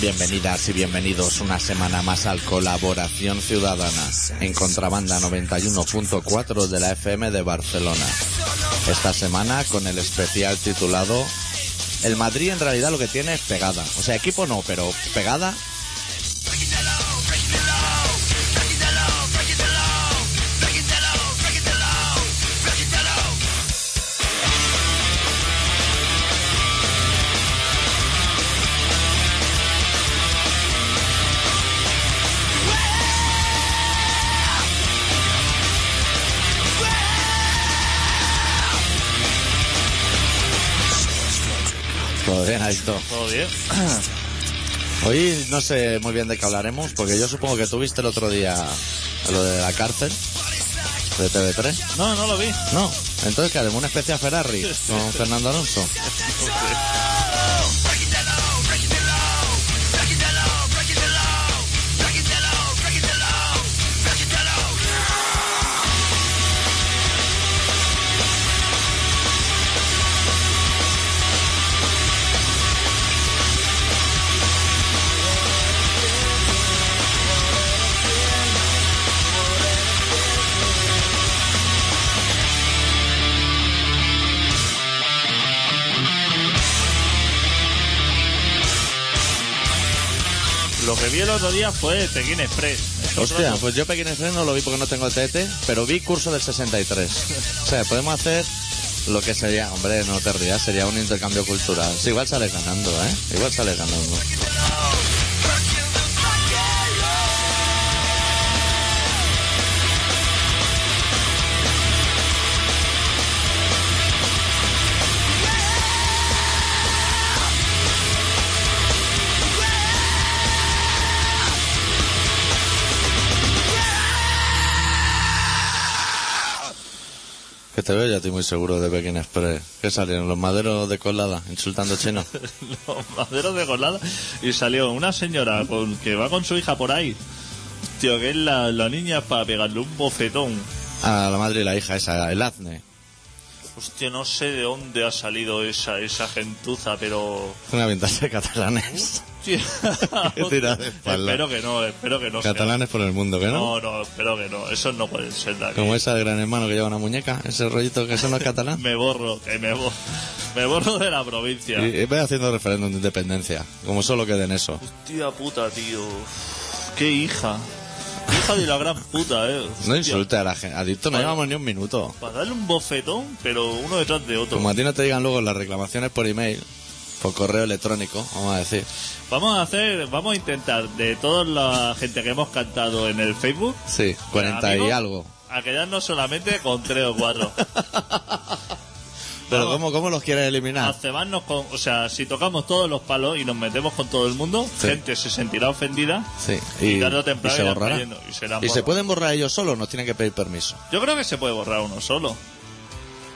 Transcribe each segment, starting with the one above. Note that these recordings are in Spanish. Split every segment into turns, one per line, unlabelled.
Bienvenidas y bienvenidos una semana más al Colaboración Ciudadana en Contrabanda 91.4 de la FM de Barcelona. Esta semana con el especial titulado El Madrid en realidad lo que tiene es pegada. O sea, equipo no, pero pegada. Todo pues bien, Adicto.
Todo bien.
Hoy no sé muy bien de qué hablaremos, porque yo supongo que tuviste el otro día lo de la cárcel de TV3.
No, no lo vi.
No, entonces que haremos una especie a Ferrari con Fernando Alonso.
Lo que vi el otro día fue Tequín Express.
Hostia, pues yo Pekín Express no lo vi porque no tengo el TT, pero vi curso del 63. O sea, podemos hacer lo que sería, hombre, no te rías, sería un intercambio cultural. Sí, igual sales ganando, ¿eh? Igual sales ganando. Que te veo ya a ti muy seguro de Pekín Express. ¿Qué salieron? Los maderos de colada, insultando chino.
Los maderos de colada. Y salió una señora con, que va con su hija por ahí. Tío, que es la, la niña para pegarle un bofetón.
A la madre y la hija esa, el Azne.
Hostia, no sé de dónde ha salido esa, esa gentuza, pero...
Una ventaja de catalanes.
Hostia.
Qué tirada de espalda.
espero que no, espero que no sea.
catalanes por el mundo, ¿qué no?
No, no, espero que no. Eso no puede ser. Dani.
Como esa de gran hermano que lleva una muñeca, ese rollito que eso no es catalán.
Me borro, que me borro. Me borro de la provincia.
Y, y ve haciendo referéndum de independencia, como solo queden eso.
Hostia puta, tío. Qué hija. Qué hija de la gran puta, eh.
No
Hostia.
insulte a la gente. Adicto, no
Vale.
llevamos ni un minuto.
Para darle un bofetón, pero uno detrás de otro.
Como a ti no te digan luego las reclamaciones por email, por correo electrónico, vamos a decir.
Vamos a hacer, vamos a intentar de toda la gente que hemos cantado en el Facebook,
Sí, 40 y
amigos?
algo.
a quedarnos solamente con tres o cuatro.
Pero
Vamos.
¿cómo, cómo los quieres
A
eliminar?
cebarnos con, o sea, si tocamos todos los palos y nos metemos con todo el mundo,
Sí.
gente se sentirá ofendida.
Sí,
Y tarde o temprano
se
irán
borrará.
cayendo, y serán
se
borrados.
pueden borrar ellos solos, nos tienen que pedir permiso.
Yo creo que se puede borrar uno solo.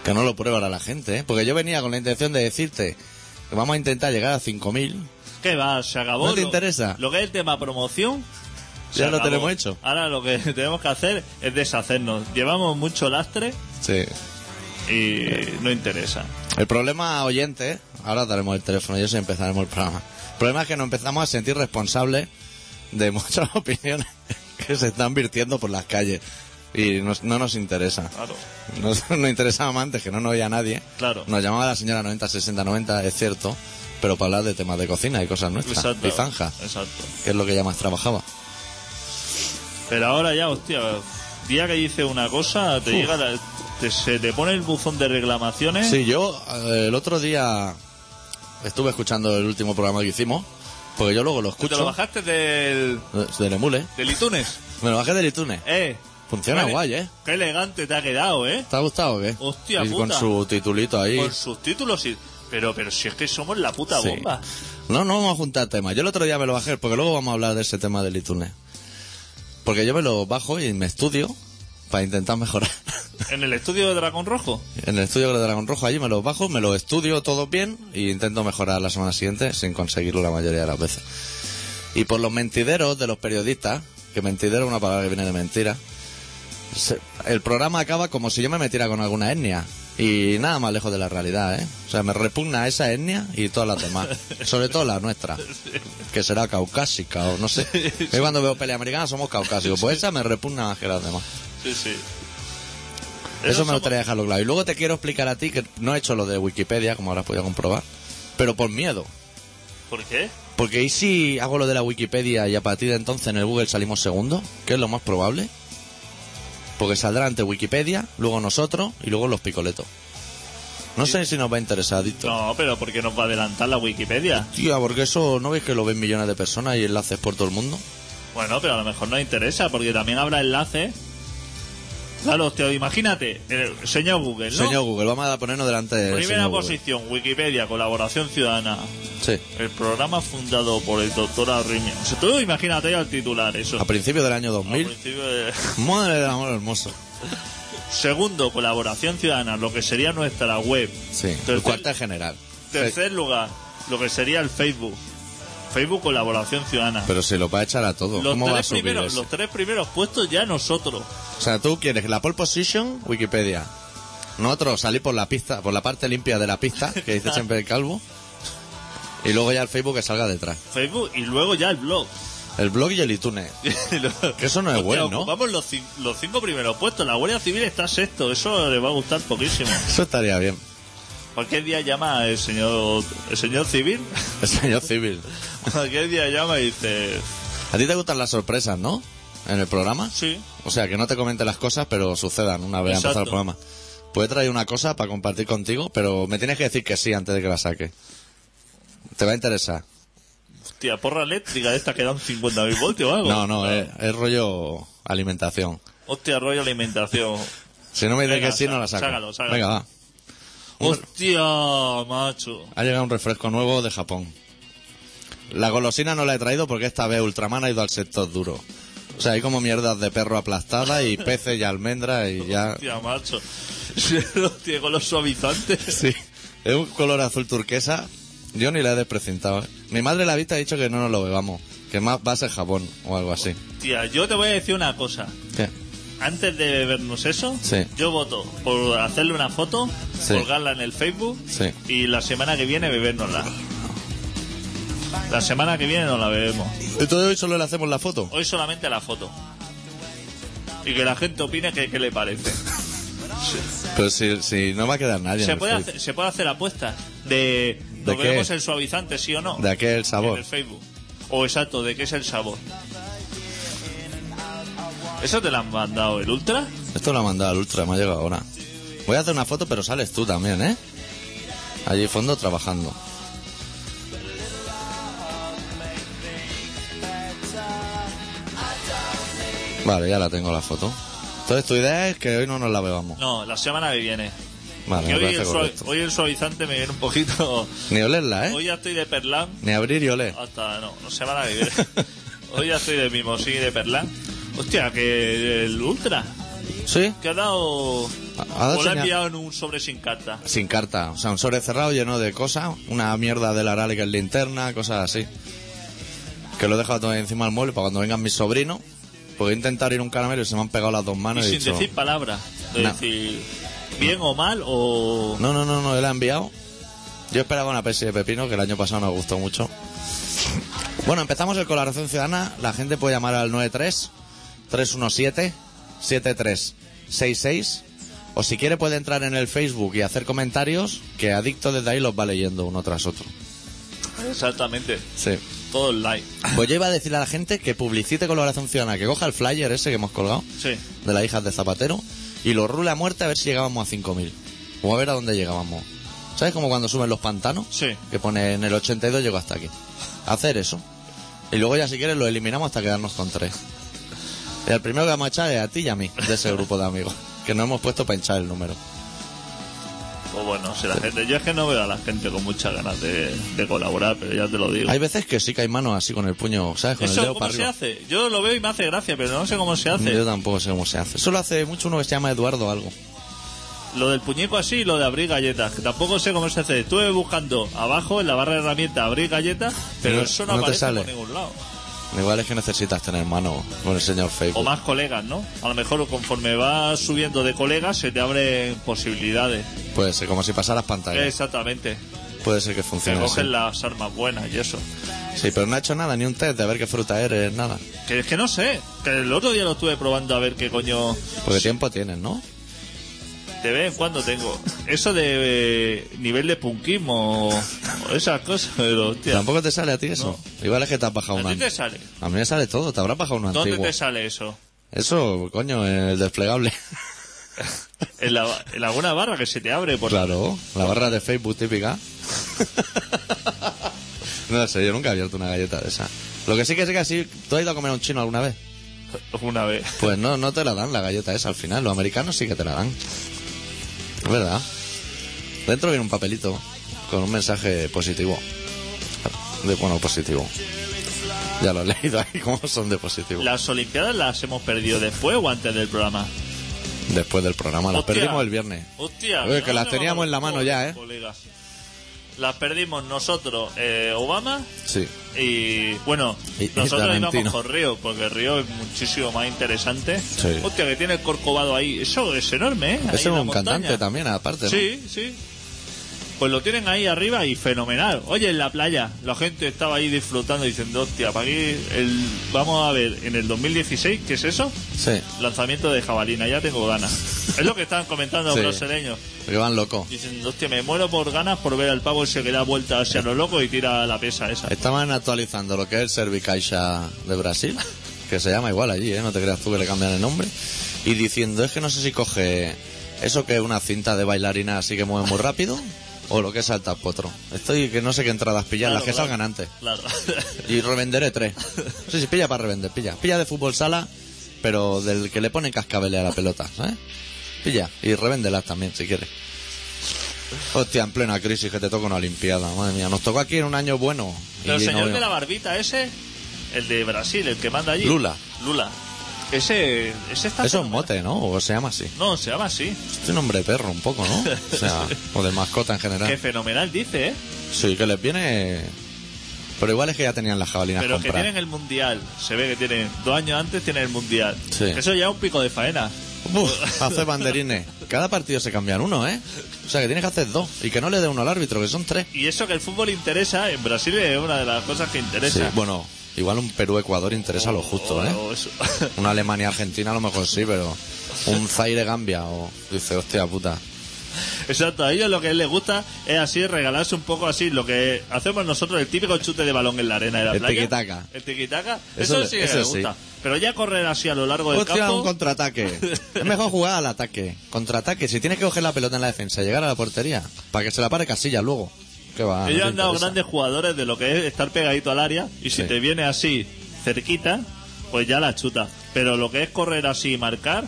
Que no lo prueba ahora la gente, ¿eh? Porque yo venía con la intención de decirte que vamos a intentar llegar a 5.000.
¿Qué va? Se acabó.
¿No te
Lo-
interesa?
Lo que es el tema promoción. se
Ya lo
acabó.
tenemos hecho.
Ahora lo que tenemos que hacer es deshacernos. Llevamos mucho lastre
Sí.
y no interesa.
El problema, oyente, ahora daremos el teléfono y eso y empezaremos el programa. El problema es que nos empezamos a sentir responsables de muchas opiniones que se están virtiendo por las calles. Y nos- no nos interesa.
Claro.
Nos, nos interesaba más antes que no nos oía nadie.
Claro.
Nos llamaba la señora 90, 60, 90, es cierto. Pero para hablar de temas de cocina y cosas nuestras.
Exacto.
Y zanjas,
Exacto.
que es lo que ella más trabajaba.
Pero ahora ya, hostia, día que dice una cosa, te llega la- te- se te pone el buzón de reclamaciones.
Sí, yo eh, el otro día estuve escuchando el último programa que hicimos, porque yo luego lo
¿Tú te lo
escucho Eh,
bajaste del,
del emule.
del iTunes?
Me lo bajé del iTunes.
Eh.
Funciona
Vale.
guay, ¿eh?
Qué elegante te ha quedado, ¿eh?
¿Te ha gustado o qué?
Hostia
y
puta.
con su titulito ahí.
Con sus títulos y... Pero, pero si es que somos la puta
Sí.
bomba.
No, no vamos a juntar temas. Yo el otro día me lo bajé, porque luego vamos a hablar de ese tema del iTunes. Porque yo me lo bajo y me estudio para intentar mejorar.
En el estudio de Dragón Rojo.
en el estudio de Dragón Rojo allí me lo bajo, me lo estudio todo bien y intento mejorar la semana siguiente sin conseguirlo la mayoría de las veces. Y por los mentideros de los periodistas, que mentidero es una palabra que viene de mentira, se- el programa acaba como si yo me metiera con alguna etnia. Y nada más lejos de la realidad, ¿eh? O sea, me repugna esa etnia y todas las demás. Sobre todo la nuestra, que será caucásica o no sé. Yo cuando veo pelea americana somos caucásicos. Pues esa me repugna más que las demás.
Sí, sí.
Eso,
Esos
me
somos-
gustaría dejarlo claro. Y luego te quiero explicar a ti que no he hecho lo de Wikipedia, como habrás podido comprobar, pero por miedo.
¿Por qué?
Porque ¿y si hago lo de la Wikipedia y a partir de entonces en el Google salimos segundo? Que es lo más probable. Porque saldrá ante Wikipedia, luego nosotros y luego los picoletos. No sé si nos va a interesar, Dito.
No, pero porque nos va a adelantar la Wikipedia.
Tía, porque eso no veis que lo ven millones de personas y enlaces por todo el mundo.
Bueno, pero a lo mejor no interesa, porque también habrá enlaces. Claro, tío, imagínate, eh, señor Google, ¿no?
Señor Google, vamos a ponernos delante de
Primera
señor Google.
posición, Wikipedia, colaboración ciudadana.
Sí.
El programa fundado por el doctor Arrimio. O sea, tú imagínate al titular eso.
A principios del año
Al
2000.
principio de-
Madre del amor hermoso.
Segundo, colaboración ciudadana, lo que sería nuestra web.
Sí.
Tercer-
El cuartel general.
Tercer lugar, lo que sería el Facebook. Facebook Colaboración Ciudadana.
Pero se lo va a echar a todo.
los,
¿Cómo va a
tres
subir
primeros,
eso?
los tres primeros puestos ya nosotros.
O sea, tú quieres la pole position, Wikipedia. Nosotros salir por la pista, por la parte limpia de la pista, que dice siempre el calvo. Y luego ya el Facebook que salga detrás.
Facebook y luego ya el blog.
El blog y el iTunes. Que eso no es bueno, ¿no?
Vamos los, cin- los cinco primeros puestos. La Guardia Civil está sexto. Eso le va a gustar poquísimo.
Eso estaría bien.
Cualquier día llama el señor, el señor civil.
El señor civil.
Cualquier día llama y dice...
A ti te gustan las sorpresas, ¿no? En el programa.
Sí.
O sea, que no te comente las cosas, pero sucedan una vez
Exacto.
empezado el programa. Puede traer una cosa para compartir contigo, pero me tienes que decir que sí antes de que la saque. Te va a interesar.
Hostia, porra eléctrica de esta que dan 50.000 voltios o algo.
No, no, es, es rollo alimentación.
Hostia, rollo alimentación.
Si no me dices
Venga,
que sí, no la
sa-
saco.
ságalo, ságalo.
Venga, va.
Hostia, macho.
Ha llegado un refresco nuevo de Japón. La golosina no la he traído porque esta vez Ultraman ha ido al sector duro. O sea, hay como mierdas de perro aplastada y peces y almendras y ya...
Hostia, macho. Hostia, con los suavizantes.
Sí. Es un color azul turquesa. Yo ni la he desprecintado. ¿eh? Mi madre la vista ha dicho que no nos lo bebamos. Que más va a ser Japón o algo así.
Hostia, yo te voy a decir una cosa.
¿Qué?
Antes de bebernos eso,
Sí.
yo voto por hacerle una foto,
Sí.
colgarla en el Facebook
Sí.
y la semana que viene bebérnosla. La semana que viene nos la bebemos.
Entonces hoy solo le hacemos la foto.
Hoy solamente la foto. Y que la gente opine que- qué le parece.
Pero si, si no va a quedar nadie. en
Se
el
puede,
Facebook.
hacer, se puede hacer apuestas de lo
¿De
que
qué?
vemos el suavizante, sí o no.
De aquel
En
sabor.
el Facebook. O exacto, de qué es el sabor. ¿Eso te lo han mandado el Ultra?
Esto lo ha mandado al Ultra, me ha llegado ahora. Voy a hacer una foto, pero sales tú también, ¿eh? Allí fondo trabajando. Vale, ya la tengo la foto. Entonces tu idea es que hoy no nos la bebamos.
No, la semana que viene.
Vale,
Que
me
hoy, el
parece
suavi-
correcto.
hoy el suavizante me viene un poquito.
Ni olerla, ¿eh?
Hoy ya estoy de Perlán
Ni abrir y oler.
hasta. No, no semana que viene. hoy ya estoy de Mimosí y de Perlán. Hostia, que el Ultra.
¿Sí?
Que ha dado.
Ha- ha dado
o lo ha
señal.
enviado en un sobre sin carta.
Sin carta. O sea, un sobre cerrado lleno de cosas. Una mierda de la Arale que es linterna, cosas así. Que lo he dejado todo encima del mueble para cuando vengan mis sobrinos. pues Porque he intentado abrir un caramelo y se me han pegado las dos
Y
manos. y he
sin
dicho,
decir palabras. De
No.
decir. Bien o mal o.
No, no, no, no, él ha enviado. Yo esperaba una pesi de pepino que el año pasado nos gustó mucho. Bueno, empezamos el Colaboración Ciudadana. La gente puede llamar al 93-317-7366. O si quiere puede entrar en el Facebook y hacer comentarios que Adicto desde ahí los va leyendo uno tras otro.
Exactamente.
Sí.
Todo el like.
Pues yo iba a decirle a la gente que publicite Colaboración Ciudadana, que coja el flyer ese que hemos colgado
Sí.
de las hijas de Zapatero y lo rule a muerte a ver si llegábamos a 5.000. O a ver a dónde llegábamos. ¿Sabes como cuando suben los pantanos?
Sí.
Que pone en el 82 llego hasta aquí. Hacer eso. Y luego ya si quieres lo eliminamos hasta quedarnos con tres. Y el primero que vamos a echar es a ti y a mí, de ese grupo de amigos. Que no hemos puesto para hinchar el número.
Pues bueno, si la gente. Yo es que no veo a la gente con muchas ganas de, de colaborar, pero ya te lo digo.
Hay veces que sí que hay manos así con el puño, ¿sabes? Con el
¿Eso
dedo
cómo
para
se
arriba.
hace? Yo lo veo y me hace gracia, pero no sé cómo se hace.
Yo tampoco sé cómo se hace. Solo hace mucho uno que se llama Eduardo algo.
Lo del puñico así y lo de abrir galletas, que tampoco sé cómo se hace. Estuve buscando abajo en la barra de herramientas abrir galletas, pero
No,
eso no,
no te
aparece
sale.
por ningún lado.
Igual es que necesitas tener mano con el señor
O
Facebook.
más colegas, ¿no? A lo mejor conforme vas subiendo de colegas se te abren posibilidades.
Puede ser, como si pasaras pantalla.
Exactamente.
Puede ser que
Que
funcione.
cogen
así.
las armas buenas y eso.
Sí, pero no ha hecho nada, ni un test de ver qué fruta eres, nada.
Que es que no sé. Que el otro día lo estuve probando a ver qué coño.
Porque tiempo tienes, ¿no?
De vez en cuando tengo. Eso de eh, nivel de punkismo o o esas cosas, pero hostia.
Tampoco te sale a ti eso. Igual es que te has bajado
¿A
un
ti
antiguo.
te sale?
A mí me sale todo, te habrás bajado un
¿Dónde
antiguo.
te sale eso?
Eso, coño, el desplegable.
¿En, la, en alguna barra que se te abre por
Claro, la barra de Facebook típica. no sé, yo nunca he abierto una galleta de esa. Lo que sí que sé que así, ¿tú has ido a comer a un chino alguna vez?
una vez?
Pues no, no te la dan la galleta esa al final. Los americanos sí que te la dan. Es verdad. Dentro viene un papelito con un mensaje positivo. De, bueno, positivo. Ya lo he leído ahí, como son de positivo.
¿Las Olimpiadas las hemos perdido después o antes del programa?
Después del programa, las
Hostia.
perdimos el viernes.
Hostia.
Oye, que
no
las
te
teníamos
vamos,
en la mano
joder,
ya, ¿eh?
colega. Las perdimos nosotros, eh, Obama
Sí.
y. Bueno,
Y- y
nosotros
Tarantino.
íbamos con Río, porque Río es muchísimo más interesante.
Sí.
Hostia, que tiene el corcovado ahí. Eso es enorme, ¿eh? Ahí
Ese
en
es
la
un
montaña.
cantante también, aparte. ¿no?
Sí, sí. Pues lo tienen ahí arriba y fenomenal. Oye, en la playa, la gente estaba ahí disfrutando diciendo, hostia, para aquí el... vamos a ver en el 2016, ¿qué es eso?
Sí.
Lanzamiento de jabalina, ya tengo ganas. es lo que estaban comentando
Sí.
los brasileños.
Porque van loco.
Dicen, hostia, me muero por ganas por ver al pavo ese que da vuelta hacia lo loco y tira la pesa esa.
Estaban actualizando lo que es el Servicaixa de Brasil, que se llama igual allí, ¿eh? no te creas tú que le cambian el nombre, y diciendo, es que no sé si coge eso que es una cinta de bailarina así que mueve muy rápido, o lo que es saltar potro. Estoy que no sé qué entradas pillar,
Claro,
las que
claro.
salgan antes.
Claro.
Y revenderé tres. Sí, sí, pilla para revender, pilla. Pilla de fútbol sala, pero del que le ponen cascabele a la pelota, ¿sabes? Pilla. Y revéndelas también, si quieres. Hostia, en plena crisis que te toca una Olimpiada, madre mía. Nos tocó aquí en un año bueno. y
Pero el
no
señor
veo-
de la barbita ese, el de Brasil, el que manda allí.
Lula.
Lula. Ese, ese
Eso
está...
es
fenomenal.
mote, ¿no? O se llama así.
No, se llama así.
Es un nombre de perro un poco, ¿no? O sea, o de mascota en
Que
general.
fenomenal dice, ¿eh?
Sí, que les viene... Pero igual es que ya tenían las jabalinas
Pero que
compradas.
tienen el mundial. Se ve que tienen dos años antes tienen el mundial.
Sí.
Eso ya es un pico de faena.
Buf, hace banderines. Cada partido se cambian uno, ¿eh? O sea, que tienes que hacer dos. Y que no le dé uno al árbitro, que son tres.
Y eso que el fútbol interesa, en Brasil es una de las cosas que
Sí,
interesa.
bueno, igual un Perú-Ecuador interesa lo justo,
O-
¿eh?
o eso.
Una Alemania-Argentina a lo mejor sí, pero un Zaire-Gambia o... Dice, hostia puta.
Exacto, a ellos lo que les gusta es así, regalarse un poco así, lo que hacemos nosotros, el típico chute de balón en la arena de la
El
playa.
tiquitaca.
El tiquitaca.
Eso
Eso,
le-
sí que
eso
les
sí.
gusta. Pero ya correr así a lo largo del
Hostia, un
Pues campo.
contraataque. Es mejor jugar al ataque. Contraataque. Si tienes que coger la pelota en la defensa, llegar a la portería. Para que se la pare Casilla luego. Que va. Ah, no
Ellos
te
han dado
interesa.
grandes jugadores de lo que es estar pegadito al área y si
Sí.
te viene así cerquita, pues ya la chuta. Pero lo que es correr así y marcar,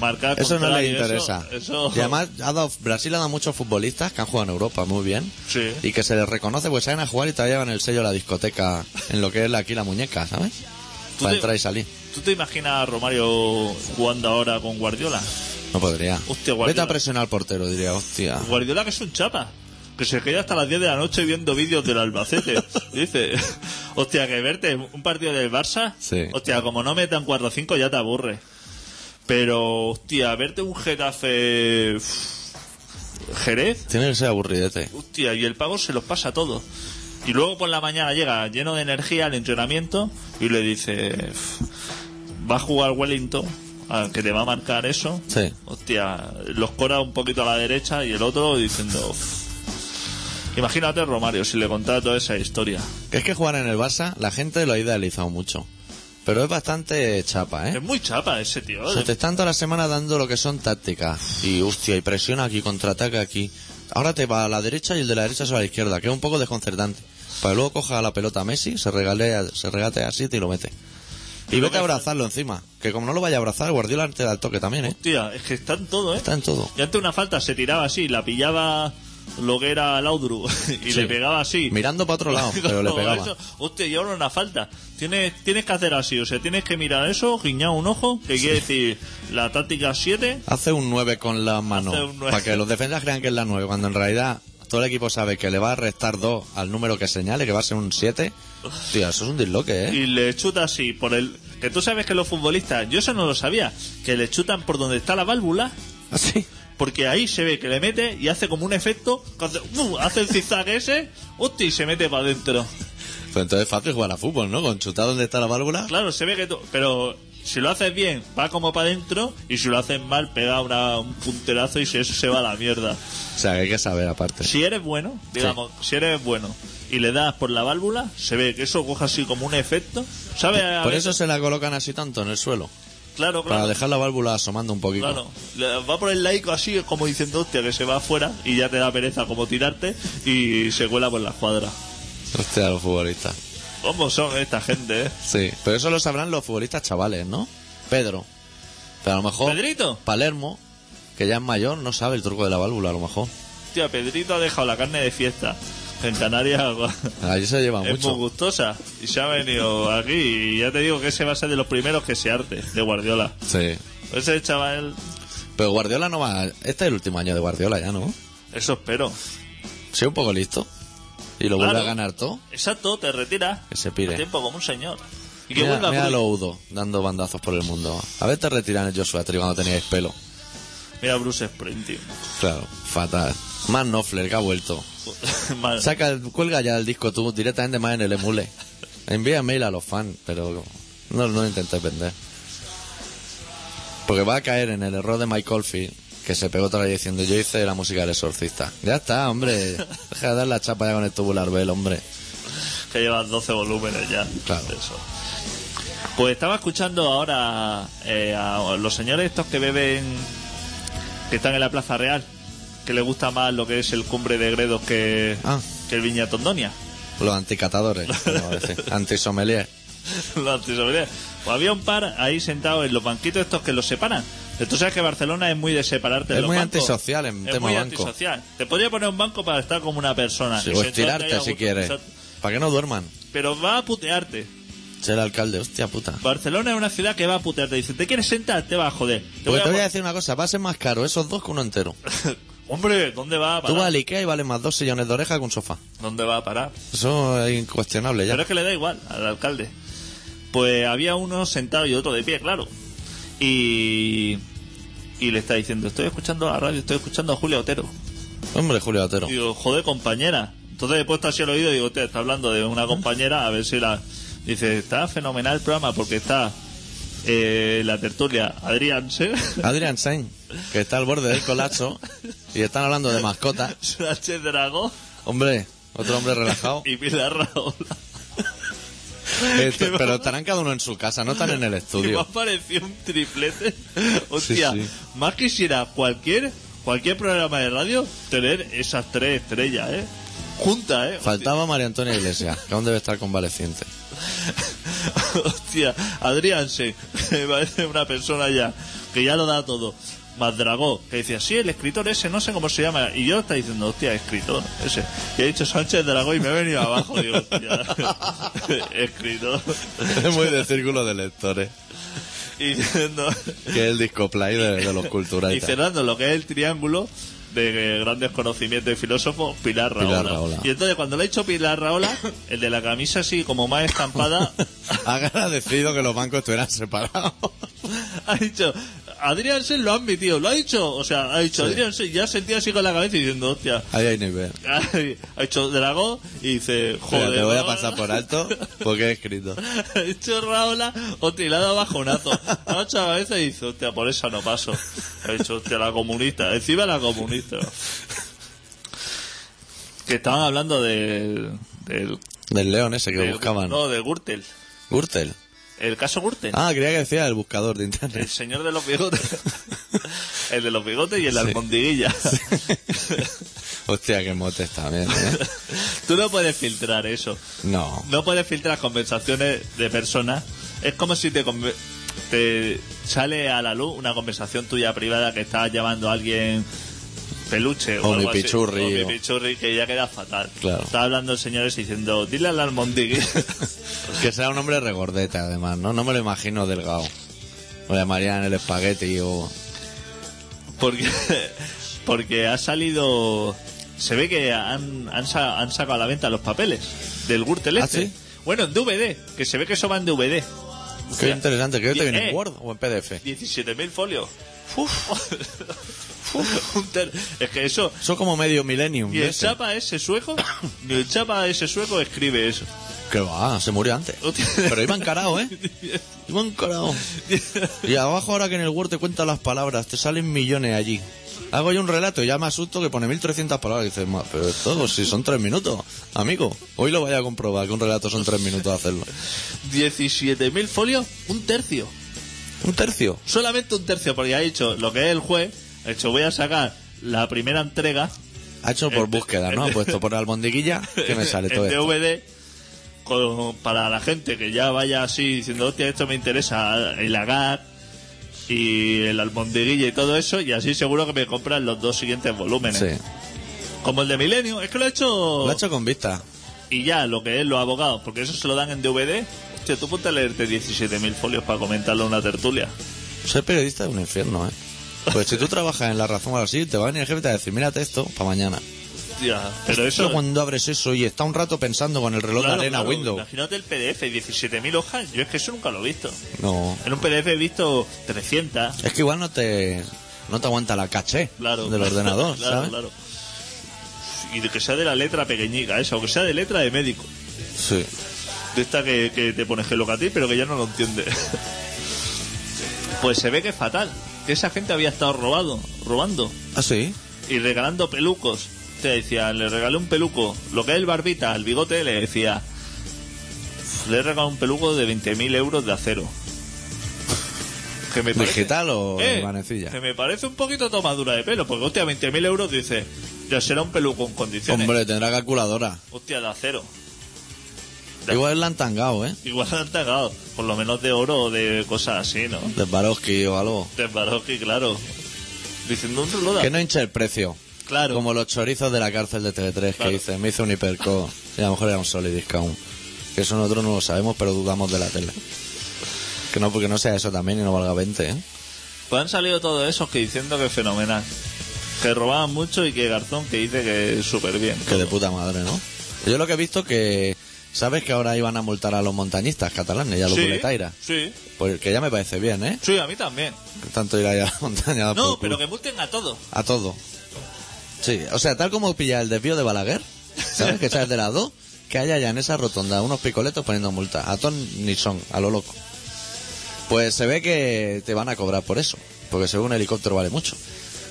marcar
Eso no le
contrario,
interesa.
Eso, eso-
Y además, ha dado- Brasil ha dado muchos futbolistas que han jugado en Europa muy bien.
Sí.
Y que se les reconoce, pues salen a jugar y te llevan el sello de la discoteca. En lo que es la- aquí la muñeca, ¿sabes?
Tú
Para
te-
entrar y salir.
¿Tú te imaginas a Romario jugando ahora con Guardiola?
No podría.
Hostia, Guardiola.
Vete a presionar al portero, diría, hostia.
Guardiola que es un chapa. Que se queda hasta las 10 de la noche viendo vídeos del Albacete. Dice, hostia, que verte un partido del Barça.
Sí.
Hostia, como no metan 4 o 5 ya te aburre. Pero, hostia, verte un Getafe. uf, Jerez.
Tiene que ser aburridete.
Hostia, y el pavo se los pasa a todos. Y luego por la mañana llega lleno de energía al entrenamiento y le dice, "Uf, va a jugar Wellington, a- que te va a marcar eso.
Sí.
Hostia, los cora un poquito a la derecha y el otro diciendo. "Uf". Imagínate Romario si le contara toda esa historia.
Que es que jugar en el Barça, la gente lo ha idealizado mucho. Pero es bastante chapa, ¿eh?
Es muy chapa ese tío. ¿eh?
O sea, te están toda la semana dando lo que son tácticas. Y hostia, y presiona aquí, contraataca aquí. Ahora te va a la derecha y el de la derecha se va a la izquierda, que es un poco desconcertante. Para que luego coja la pelota a Messi, se regalea, se regate así y lo mete. Y vete a abrazarlo encima. Que como no lo vaya a abrazar, Guardiola te da el toque también, ¿eh?
Hostia, es que están todo, ¿eh?
Está en todo.
Y antes una falta se tiraba así, la pillaba lo que era Laudru y
Sí.
le pegaba así.
Mirando para otro lado, pero le
Como
pegaba.
eso, Hostia, y ahora una falta. Tienes, tienes que hacer así, o sea, tienes que mirar eso, guiñar un ojo, que quiere decir la táctica 7.
Hace un 9 con la mano.
Hace un nueve.
Para que los defensas crean que es la 9, cuando en realidad todo el equipo sabe que le va a restar 2 al número que señale, que va a ser un 7. Hostia, eso es un disloque, ¿eh?
y le chuta así por el que tú sabes que los futbolistas yo eso no lo sabía que le chutan por donde está la válvula
Así.
porque ahí se ve que le mete y hace como un efecto, que hace, ¡uh! hace el zigzag ese, hostia, y se mete para adentro.
Pues entonces es fácil jugar a fútbol, ¿no? Con chutar donde está la válvula.
Claro, se ve que tú, pero si lo haces bien, va como para adentro, y si lo haces mal, pega una- un punterazo y se, eso se va a la mierda.
O sea, que hay que saber aparte.
Si eres bueno, digamos, si eres bueno y le das por la válvula, se ve que eso coge así como un efecto. ¿Sabes? A
Por
veces-
eso se la colocan así tanto en el suelo.
claro,
Para
claro.
dejar la válvula asomando un poquito.
Claro, Le- va por el laico así, como diciendo, hostia, que se va afuera y ya te da pereza como tirarte y se cuela por la cuadra.
Hostia, los futbolistas.
¿Cómo son esta gente, eh?
Sí. Pero eso lo sabrán los futbolistas chavales, ¿no? Pedro. Pero a lo mejor.
¿Pedrito?
Palermo, que ya es mayor, no sabe el truco de la válvula, a lo mejor.
Hostia, Pedrito ha dejado la carne de fiesta. En Canarias
Allí se lleva
es muy
Ah, mucho.
gustosa y se ha venido aquí y ya te digo que ese va a ser de los primeros que se arte de Guardiola.
Sí.
Ese chaval,
Pero Guardiola no va. Este es el último año de Guardiola ya, ¿no?
eso espero.
Sí, un poco listo. Y lo
Claro.
vuelve a ganar todo.
Exacto, te retiras.
Que se pire.
A tiempo como un señor. Y que
Mira,
vuelva
mira
Cruyff.
lo Udo, dando bandazos por el mundo. A ver, te retiran el Joshua Tree cuando teníais pelo.
Mira Bruce Springsteen.
Claro, fatal. Más Knopfler, que ha vuelto.
Mal.
Saca, el- cuelga ya el disco tú, directamente más en el emule. Envía mail a los fans, pero no, no lo intentes vender. Porque va a caer en el error de Mike Oldfield, que se pegó otra vez diciendo, yo hice la música del exorcista. Ya está, hombre. Deja de dar la chapa ya con el tubular bell, hombre.
que llevas 12 volúmenes ya.
Claro.
Eso. Pues estaba escuchando ahora eh, a los señores estos que beben, que están en la Plaza Real, que les gusta más lo que es el cumbre de Gredos que,
Ah.
que el Viña Tondonia.
Los anticatadores, como decir. Antisommelier.
Los antisobriedades. Pues había un par ahí sentado en los banquitos estos que los separan. Pero Tú sabes que Barcelona es muy de separarte de
Es
los
muy
bancos.
antisocial en
Es
tema
muy
banco.
antisocial. Te podría poner un banco para estar como una persona.
Sí,
Y
o
sentarte ahí a
estirarte
gusto.
si quieres.
Exacto.
Para que no duerman.
Pero va a putearte.
Ser el alcalde, hostia puta.
Barcelona es una ciudad que va a putearte. Dice, ¿te quieres sentar? Te va a joder. Te voy
Porque
a
Pues te voy a
pon-
decir una cosa, va a ser más caro esos dos que uno entero.
Hombre, ¿dónde va a
Tú
parar?
vas al Ikea y vale más dos sillones de oreja que un sofá.
¿Dónde va a parar?
Eso es incuestionable ya.
Pero es que le da igual al alcalde. Pues había uno sentado y otro de pie, claro. Y... Y le está diciendo, estoy escuchando la radio, estoy escuchando a Julio Otero.
Hombre, Julio Otero.
Digo, joder, compañera. Entonces he puesto así el oído y digo, te está hablando de una compañera, a ver si la... Dice, está fenomenal el programa porque está eh, la tertulia Adrián, ¿sí?
Adrián Sain, que está al borde del colapso y están hablando de mascotas.
Sánchez Dragó
Hombre, otro hombre relajado.
y Pilar Rahola.
Este, pero estarán cada uno en su casa, no están en el
Y me ha
estudio.
parecido un triplete. Hostia,
Sí, sí.
más quisiera cualquier cualquier programa de radio tener esas tres estrellas, ¿eh? Juntas, ¿eh?
Faltaba María Antonia Iglesias, que aún debe estar convaleciente.
Hostia, Adrián, sí, me parece una persona ya que ya lo da todo. Madragó, que decía, sí, el escritor ese, no sé cómo se llama. Y yo estaba diciendo, hostia, escritor ese. Y he dicho Sánchez Dragó y me he venido abajo. Digo, hostia, escritor.
Es muy de círculo de lectores,
Y diciendo,
que es el disco play de, de los
Y
culturales.
cerrando lo que es el triángulo de eh, grandes conocimientos y filósofos, Pilar Raola.
Pilar Rahola.
Y entonces cuando le he dicho Pilar Raola, el de la camisa así como más estampada,
Ha agradecido que los bancos estuvieran separados.
ha dicho, Adrián se lo ha admitido, lo ha dicho, o sea, ha dicho
Sí.
Adrián Sen", ya sentía así con la cabeza y diciendo, hostia.
Ahí hay nivel.
Ha hecho dragón y dice,
Mira,
joder.
te voy a
Raola".
pasar por alto porque he escrito.
Ha hecho Raola, hostia, y le ha dado bajonazo. Ha hecho la cabeza y dice, hostia, por esa no paso. Ha dicho, hostia, la comunista. Encima la comunista. Que estaban hablando del... del
Del león ese que
del-
buscaban.
No, de Gürtel.
Gürtel.
El caso Gürtel.
Ah, creía que decía el buscador de internet.
El señor de los bigotes. El de los bigotes y el de las albondiguillas.
Hostia, qué motes también, ¿eh?
Tú no puedes filtrar eso.
No.
no puedes filtrar conversaciones de personas. Es como si te, conve- te sale a la luz una conversación tuya privada que estás llamando a alguien peluche o,
O
algo
mi pichurri,
así. O
o-
mi pichurri, que ya queda fatal.
Claro.
Está hablando el señor ese diciendo, dile al almondiguí.
Que sea un hombre regordete, además, ¿no? No me lo imagino delgado. Lo llamarían el espagueti o...
porque, porque ha salido... Se ve que han, han, sa- han sacado a la venta los papeles del Gürtel
¿Ah,
este.
sí?
Bueno, en DVD, que se ve que eso va en DVD.
Qué interesante, creo que te viene
Eh.
en Word o en PDF.
17.000 folios. Un ter- es que eso,
Eso como medio millennium.
ni el
ese.
chapa ese sueco, ni el chapa ese sueco escribe eso.
Que va, se murió antes.
Hostia.
Pero iba encarado, ¿eh? Iba encarado. Y abajo ahora que en el Word te cuentan las palabras, te salen millones allí. Hago yo un relato y ya me asusto que pone 1300 palabras. Y dices, "Ma, pero esto pues, si son tres minutos. Amigo, hoy lo vaya a comprobar que un relato son tres minutos hacerlo.
17.000 folios, un tercio.
Un tercio.
Solamente un tercio, porque ha dicho lo que es el juez, ha dicho voy a sacar la primera entrega
Ha hecho por búsqueda, ¿no? Ha puesto por albondiguilla que me sale todo
en
esto.
DVD con- para la gente que ya vaya así diciendo, hostia, esto me interesa, el agar y el albondiguilla y todo eso, y así seguro que me compran los dos siguientes volúmenes.
Sí.
Como el de Milenio, es que lo he hecho...
Lo ha hecho con vista.
Y ya, lo que es los abogados, porque eso se lo dan en DVD. Hostia, tú ponte a leerte 17.000 folios para comentarlo en una tertulia.
Ser periodista es un infierno, ¿eh? Pues si tú trabajas en La Razón o así, te va a venir el jefe y te va a decir, mírate esto para mañana.
Hostia, pero eso...
Eso Este cuando abres eso y está un rato pensando con el reloj
Claro,
de arena
claro,
Windows.
Imagínate el PDF, 17.000 hojas. Yo es que eso nunca lo he visto.
No.
En un PDF he visto 300.
Es que igual no te no te aguanta la caché
Claro.
del ordenador,
claro,
¿sabes?
claro. Y de que sea de la letra pequeñica esa, o que sea de letra de médico.
Sí.
De esta que, que te pones que a ti, pero que ya no lo entiende. pues se ve que es fatal. Que esa gente había estado robado, robando.
Ah, sí.
y regalando pelucos. Te decía, le regalé un peluco. Lo que es el barbita, el bigote, le decía, le he regalado un peluco de 20.000 euros de acero. Que me
¿Digital o
Eh,
en manecilla?
Que me parece un poquito tomadura de pelo, porque hostia, 20.000 euros dice, ya será un peluco en condiciones.
Hombre, tendrá calculadora.
Hostia, de acero. Ya.
Igual la han tangado, ¿eh?
Igual han tagado, por lo menos de oro o de cosas así, ¿no?
De Swarovski o algo.
De Baroque, claro. Diciendo un rulo de-
Que no hinche el precio.
Claro.
Como los chorizos de la cárcel de TV3
Claro.
que dice, me hizo un hiperco. Y a lo mejor era un solid discount. Que eso nosotros no lo sabemos, pero dudamos de la tele. Que no, porque no sea eso también y no valga 20, ¿eh?
Pues han salido todos esos que diciendo que fenomenal. Que robaban mucho y que Garzón que dice que súper bien.
Que de puta madre, ¿no? Yo lo que he visto que... ¿Sabes que ahora iban a multar a los montañistas catalanes y a los
sí,
buletaires?
sí,
Pues que ya me parece bien, ¿eh?
sí, a mí también.
Tanto ir ahí a la montaña.
No,
por
pero
culo.
que multen a todo.
A todo. Sí, o sea, tal como pilla el desvío de Balaguer, ¿sabes? que sales de las dos, que haya ya en esa rotonda unos picoletos poniendo multa. A ton ni son, a lo loco. Pues se ve que te van a cobrar por eso, porque según un helicóptero vale mucho.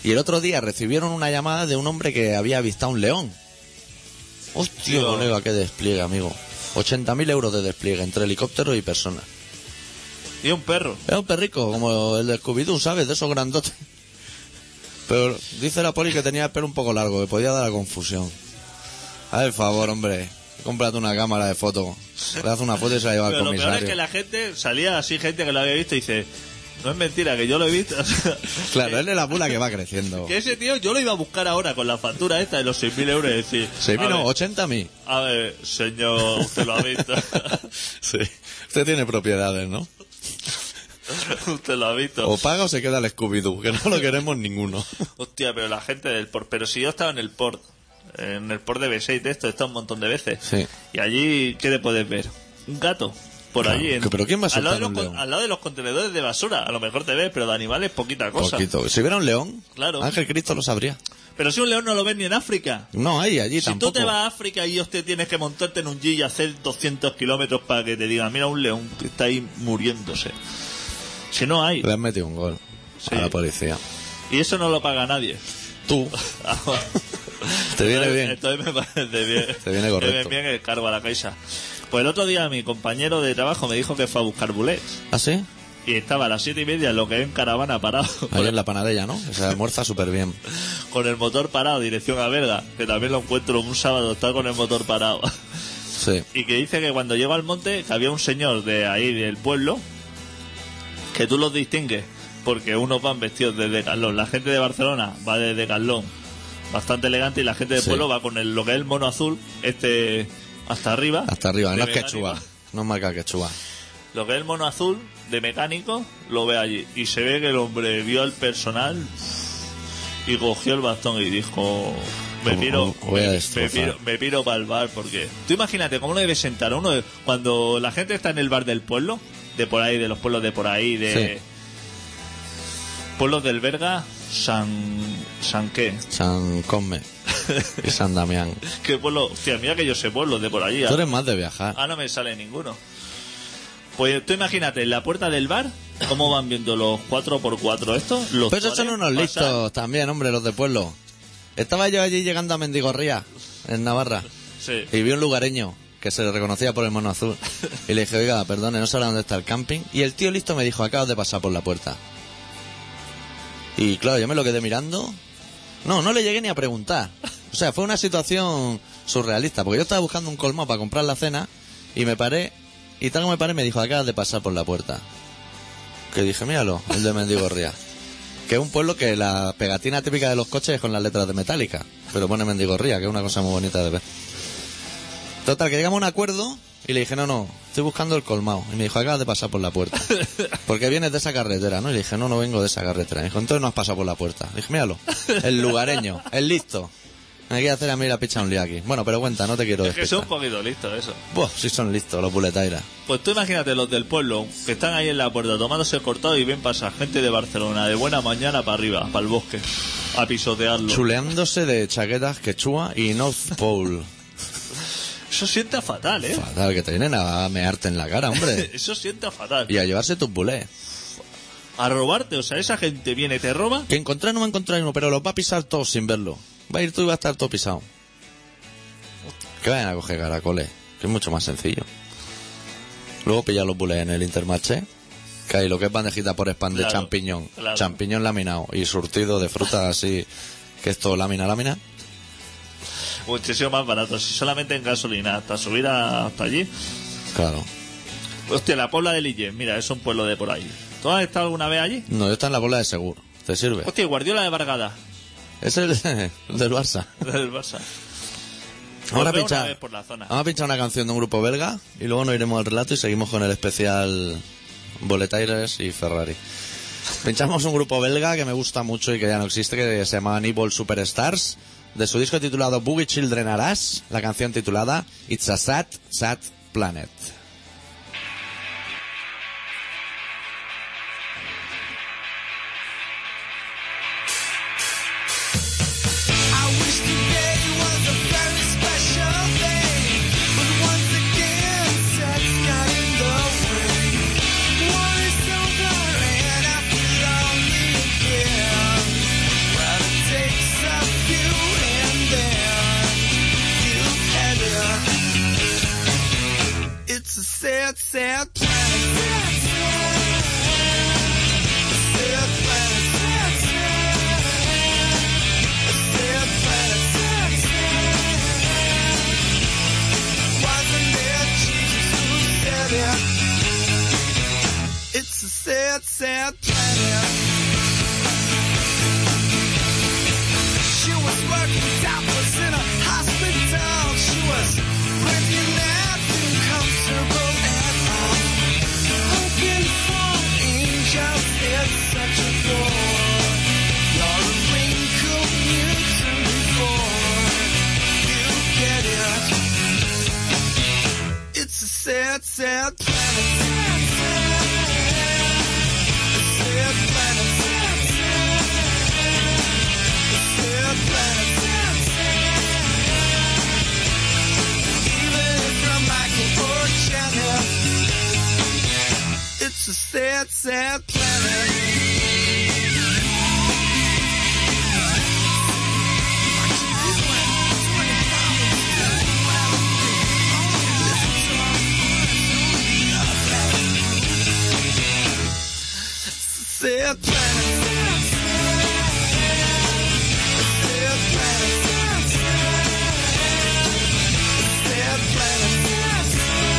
Y el otro día recibieron una llamada de un hombre que había avistado un león. Hostia,
Tío.
colega, qué despliegue, amigo. 80.000 euros de despliegue entre helicóptero y persona.
Y un perro.
Es un perrico, como el de Scooby-Doo, ¿sabes? De esos grandotes. Pero dice la poli que tenía el pelo un poco largo, que podía dar a confusión. A ver, favor, hombre. Cómprate una cámara de foto. Le hace una foto y se la lleva al
Pero lo peor es
comisario.
que la gente salía así, gente que lo había visto y dice, no es mentira, que yo lo he visto. O sea,
Claro, eh. él es la bula que va creciendo.
Que ese tío yo lo iba a buscar ahora con la factura esta de los 6.000 euros y decir...
Se
a
vino
ver,
80 a mí.
A ver, señor, usted lo ha visto.
Sí. Usted tiene propiedades, ¿no?
usted lo ha visto.
O paga o se queda el Scooby-Doo, que no lo queremos ninguno.
Hostia, pero la gente del port. Pero si yo estaba en el port, en el port de B6 de esto, he estado un montón de veces.
Sí.
Y allí, ¿qué le puedes ver? Un gato. Por
Claro,
allí. en-
que- pero ¿quién va a
al lado,
soltar
de los,
un
con-
león?
al lado de los contenedores de basura. A lo mejor te ves, pero de animales poquita cosa.
Poquito. Si hubiera un león,
Claro.
Ángel Cristo lo sabría.
Pero si un león no lo ves ni en África.
No, ahí, allí
Si
tampoco.
tú te vas a África y usted tienes que montarte en un jeep y hacer 200 kilómetros para que te digan, mira un león que está ahí muriéndose. Si no hay.
Le has metido un gol
Sí.
a la policía.
Y eso no lo paga nadie.
Tú. Te viene
Entonces-
bien.
Entonces me parece bien.
Te viene
Me
correcto.
viene bien el cargo a la caixa. Pues el otro día mi compañero de trabajo me dijo que fue a buscar bulets.
¿Ah, sí?
Y estaba a las siete y media en lo que es en caravana parado.
Ahí
Con,
en la panadella, ¿no? Que Se almuerza súper bien.
con el motor parado, dirección a Berga. Que también lo encuentro un sábado, está con el motor parado.
Sí.
Y que dice que cuando llegó al monte, que había un señor de ahí, del pueblo, que tú los distingues. Porque unos van vestidos de Decathlon. La gente de Barcelona va de Decathlon, bastante elegante. Y la gente del
Sí.
pueblo va con el, lo que es el mono azul, este hasta arriba.
Hasta arriba.
de
No es
mecánico.
quechua. No es marca quechua.
Lo que es el mono azul de mecánico lo ve allí. Y se ve que el hombre vio al personal y cogió el bastón y dijo: Me
Como-
piro,
como voy a
me, me
destrozar.
piro, me piro para el bar. Porque tú imagínate cómo lo debe sentar uno de- cuando la gente está en el bar del pueblo, de por ahí, de los pueblos de por ahí, de. Pueblos del Berga, San. ¿San qué?
San Cosme y San Damián.
¿Qué pueblo? Hostia, mira que yo sé pueblos de por allí.
Tú
ah.
eres más de viajar.
Ah, no me sale ninguno. Pues tú imagínate, en la puerta del bar, cómo van viendo los 4x4 estos. Los
Pues esos son
bares
unos
pasan-
listos también, hombre, los de pueblo. Estaba yo allí llegando a Mendigorría, en Navarra,
Sí.
y vi un lugareño que se le reconocía por el mono azul. Y le dije, oiga, perdone, no sabe dónde está el camping. Y el tío listo me dijo, acabas de pasar por la puerta. Y claro, yo me lo quedé mirando. No, no le llegué ni a preguntar. O sea, fue una situación surrealista, porque yo estaba buscando un colmado para comprar la cena y me paré, y tal como me paré me dijo, acabas de pasar por la puerta. Que dije, míralo, el de Mendigorría. Que es un pueblo que la pegatina típica de los coches es con las letras de metálica. Pero pone Mendigorría, que es una cosa muy bonita de ver. Total, que llegamos a un acuerdo y le dije, no, no, estoy buscando el colmado. Y me dijo, acabas de pasar por la puerta. Porque vienes de esa carretera, ¿no? Y le dije, no, no vengo de esa carretera. Me dijo, entonces no has pasado por la puerta. Le dije, míralo, el lugareño, el listo. Me quiere hacer a mí la picha un lío aquí. Bueno, pero cuenta, no te quiero
Es que son
despistar.
un poquito listos eso.
Buah, sí son listos los puletairas.
Pues tú imagínate los del pueblo que están ahí en la puerta tomándose el cortado y ven pasar gente de Barcelona de buena mañana para arriba, para el bosque, a pisotearlo.
Chuleándose de chaquetas quechua y North Pole.
Eso sienta fatal, ¿eh?
Fatal, que te vienen a mearte en la cara, hombre.
Eso sienta fatal.
Y a llevarse tus bulés.
A robarte, o sea, esa gente viene, te roba.
Que encontrar no va a encontrar uno, pero los va a pisar todos sin verlo. Va a ir tú y va a estar todo pisado. Que vayan a coger caracoles, que es mucho más sencillo. Luego pillar los bulés en el intermarché. Que hay lo que es bandejita por spam de
Claro,
champiñón.
claro.
Champiñón laminado y surtido de fruta así, que es todo lámina, lámina.
Muchísimo más barato. Si solamente en gasolina, hasta subir a- hasta allí.
Claro.
Hostia, la Pobla de Lille, mira, es un pueblo de por ahí. ¿Tú has estado alguna vez allí?
No, yo está en la bola de seguro. ¿Te sirve?
Hostia, Guardiola de Vargada,
Es el, el del Barça.
del Barça.
Ahora
Volvemos
pincha-
una vez por la zona.
Vamos a pinchar una canción de un grupo belga y luego nos iremos al relato y seguimos con el especial Boletaires y Ferrari. Pinchamos un grupo belga que me gusta mucho y que ya no existe, que se llamaban Evil Superstars, de su disco titulado Boogie Children Aras, la canción titulada It's a Sad, Sad Planet.
I wish today was a very special day, but once again, sex got in the way. War is over and I feel lonely again. But it takes a few and then you had it. It's a sad, sad planet. Sad planet. Sad, sad. Sad planet. Sad, sad. Wasn't it Jesus who said it? It's a sad, sad planet. She was working topless in a hospital. She was breathing nothing comfortable at all. Hoping for angels, it's such a bore. You're a wrinkled mutant before you get it. It's a sad, sad planet. Sad, sad. A sad planet. Sad, sad. A sad planet. Sad, sad. Even from Michael Fortune, It's a sad, sad planet. Sad planet. Sad planet. Sad planet.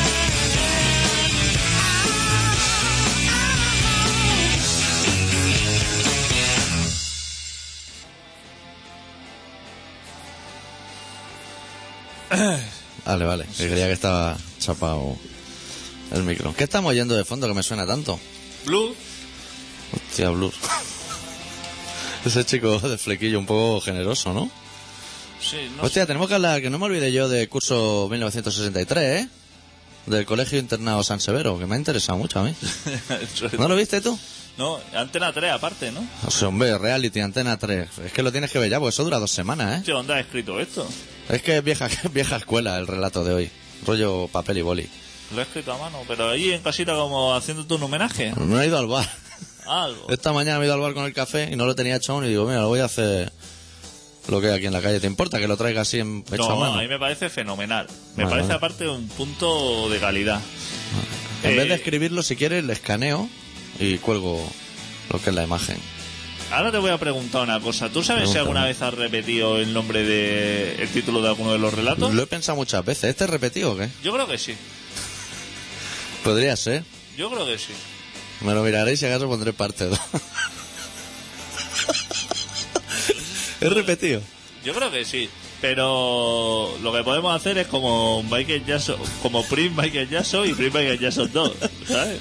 Vale, vale, que creía que estaba chapado el micro. ¿Qué estamos oyendo de fondo que me suena tanto?
Blue,
Hostia, Blur. Ese chico de flequillo un poco generoso, ¿no?
sí, no
Hostia, tenemos que hablar, que no me olvide yo de curso 1963, ¿eh? Del Colegio Internado San Severo, que me ha interesado mucho a mí.
sé.
¿No lo viste tú?
No, Antena 3 aparte, ¿no?
O sea, hombre, reality, antena 3. Es que lo tienes que ver ya, porque eso dura dos semanas, ¿eh?
¿Qué onda ha escrito esto?
Es que es vieja, vieja escuela el relato de hoy. Rollo papel y boli.
Lo he escrito a mano, pero ahí en casita como haciéndote un homenaje.
No he ido al bar.
Algo.
Esta mañana me he ido al bar con el café y no lo tenía hecho aún y digo, mira, lo voy a hacer lo que hay aquí en la calle. ¿Te importa que lo traiga así en hecho a
No,
mano?
a mí me parece fenomenal. Me
Vale,
parece
vale.
aparte un punto de calidad.
En
Eh,
vez de escribirlo, si quieres, le escaneo y cuelgo lo que es la imagen.
Ahora te voy a preguntar una cosa. ¿Tú sabes si
Pregúntame.
alguna vez has repetido el nombre de el título de alguno de los relatos?
Lo he pensado muchas veces. ¿Este es repetido o qué?
Yo creo que sí.
Podría ser.
Yo creo que sí.
Me lo miraré y si acaso pondré parte 2. es repetido.
Yo creo que sí. Pero lo que podemos hacer es como Michael Jackson, como Prince Michael Jackson y Prince Michael Jackson 2, ¿sabes?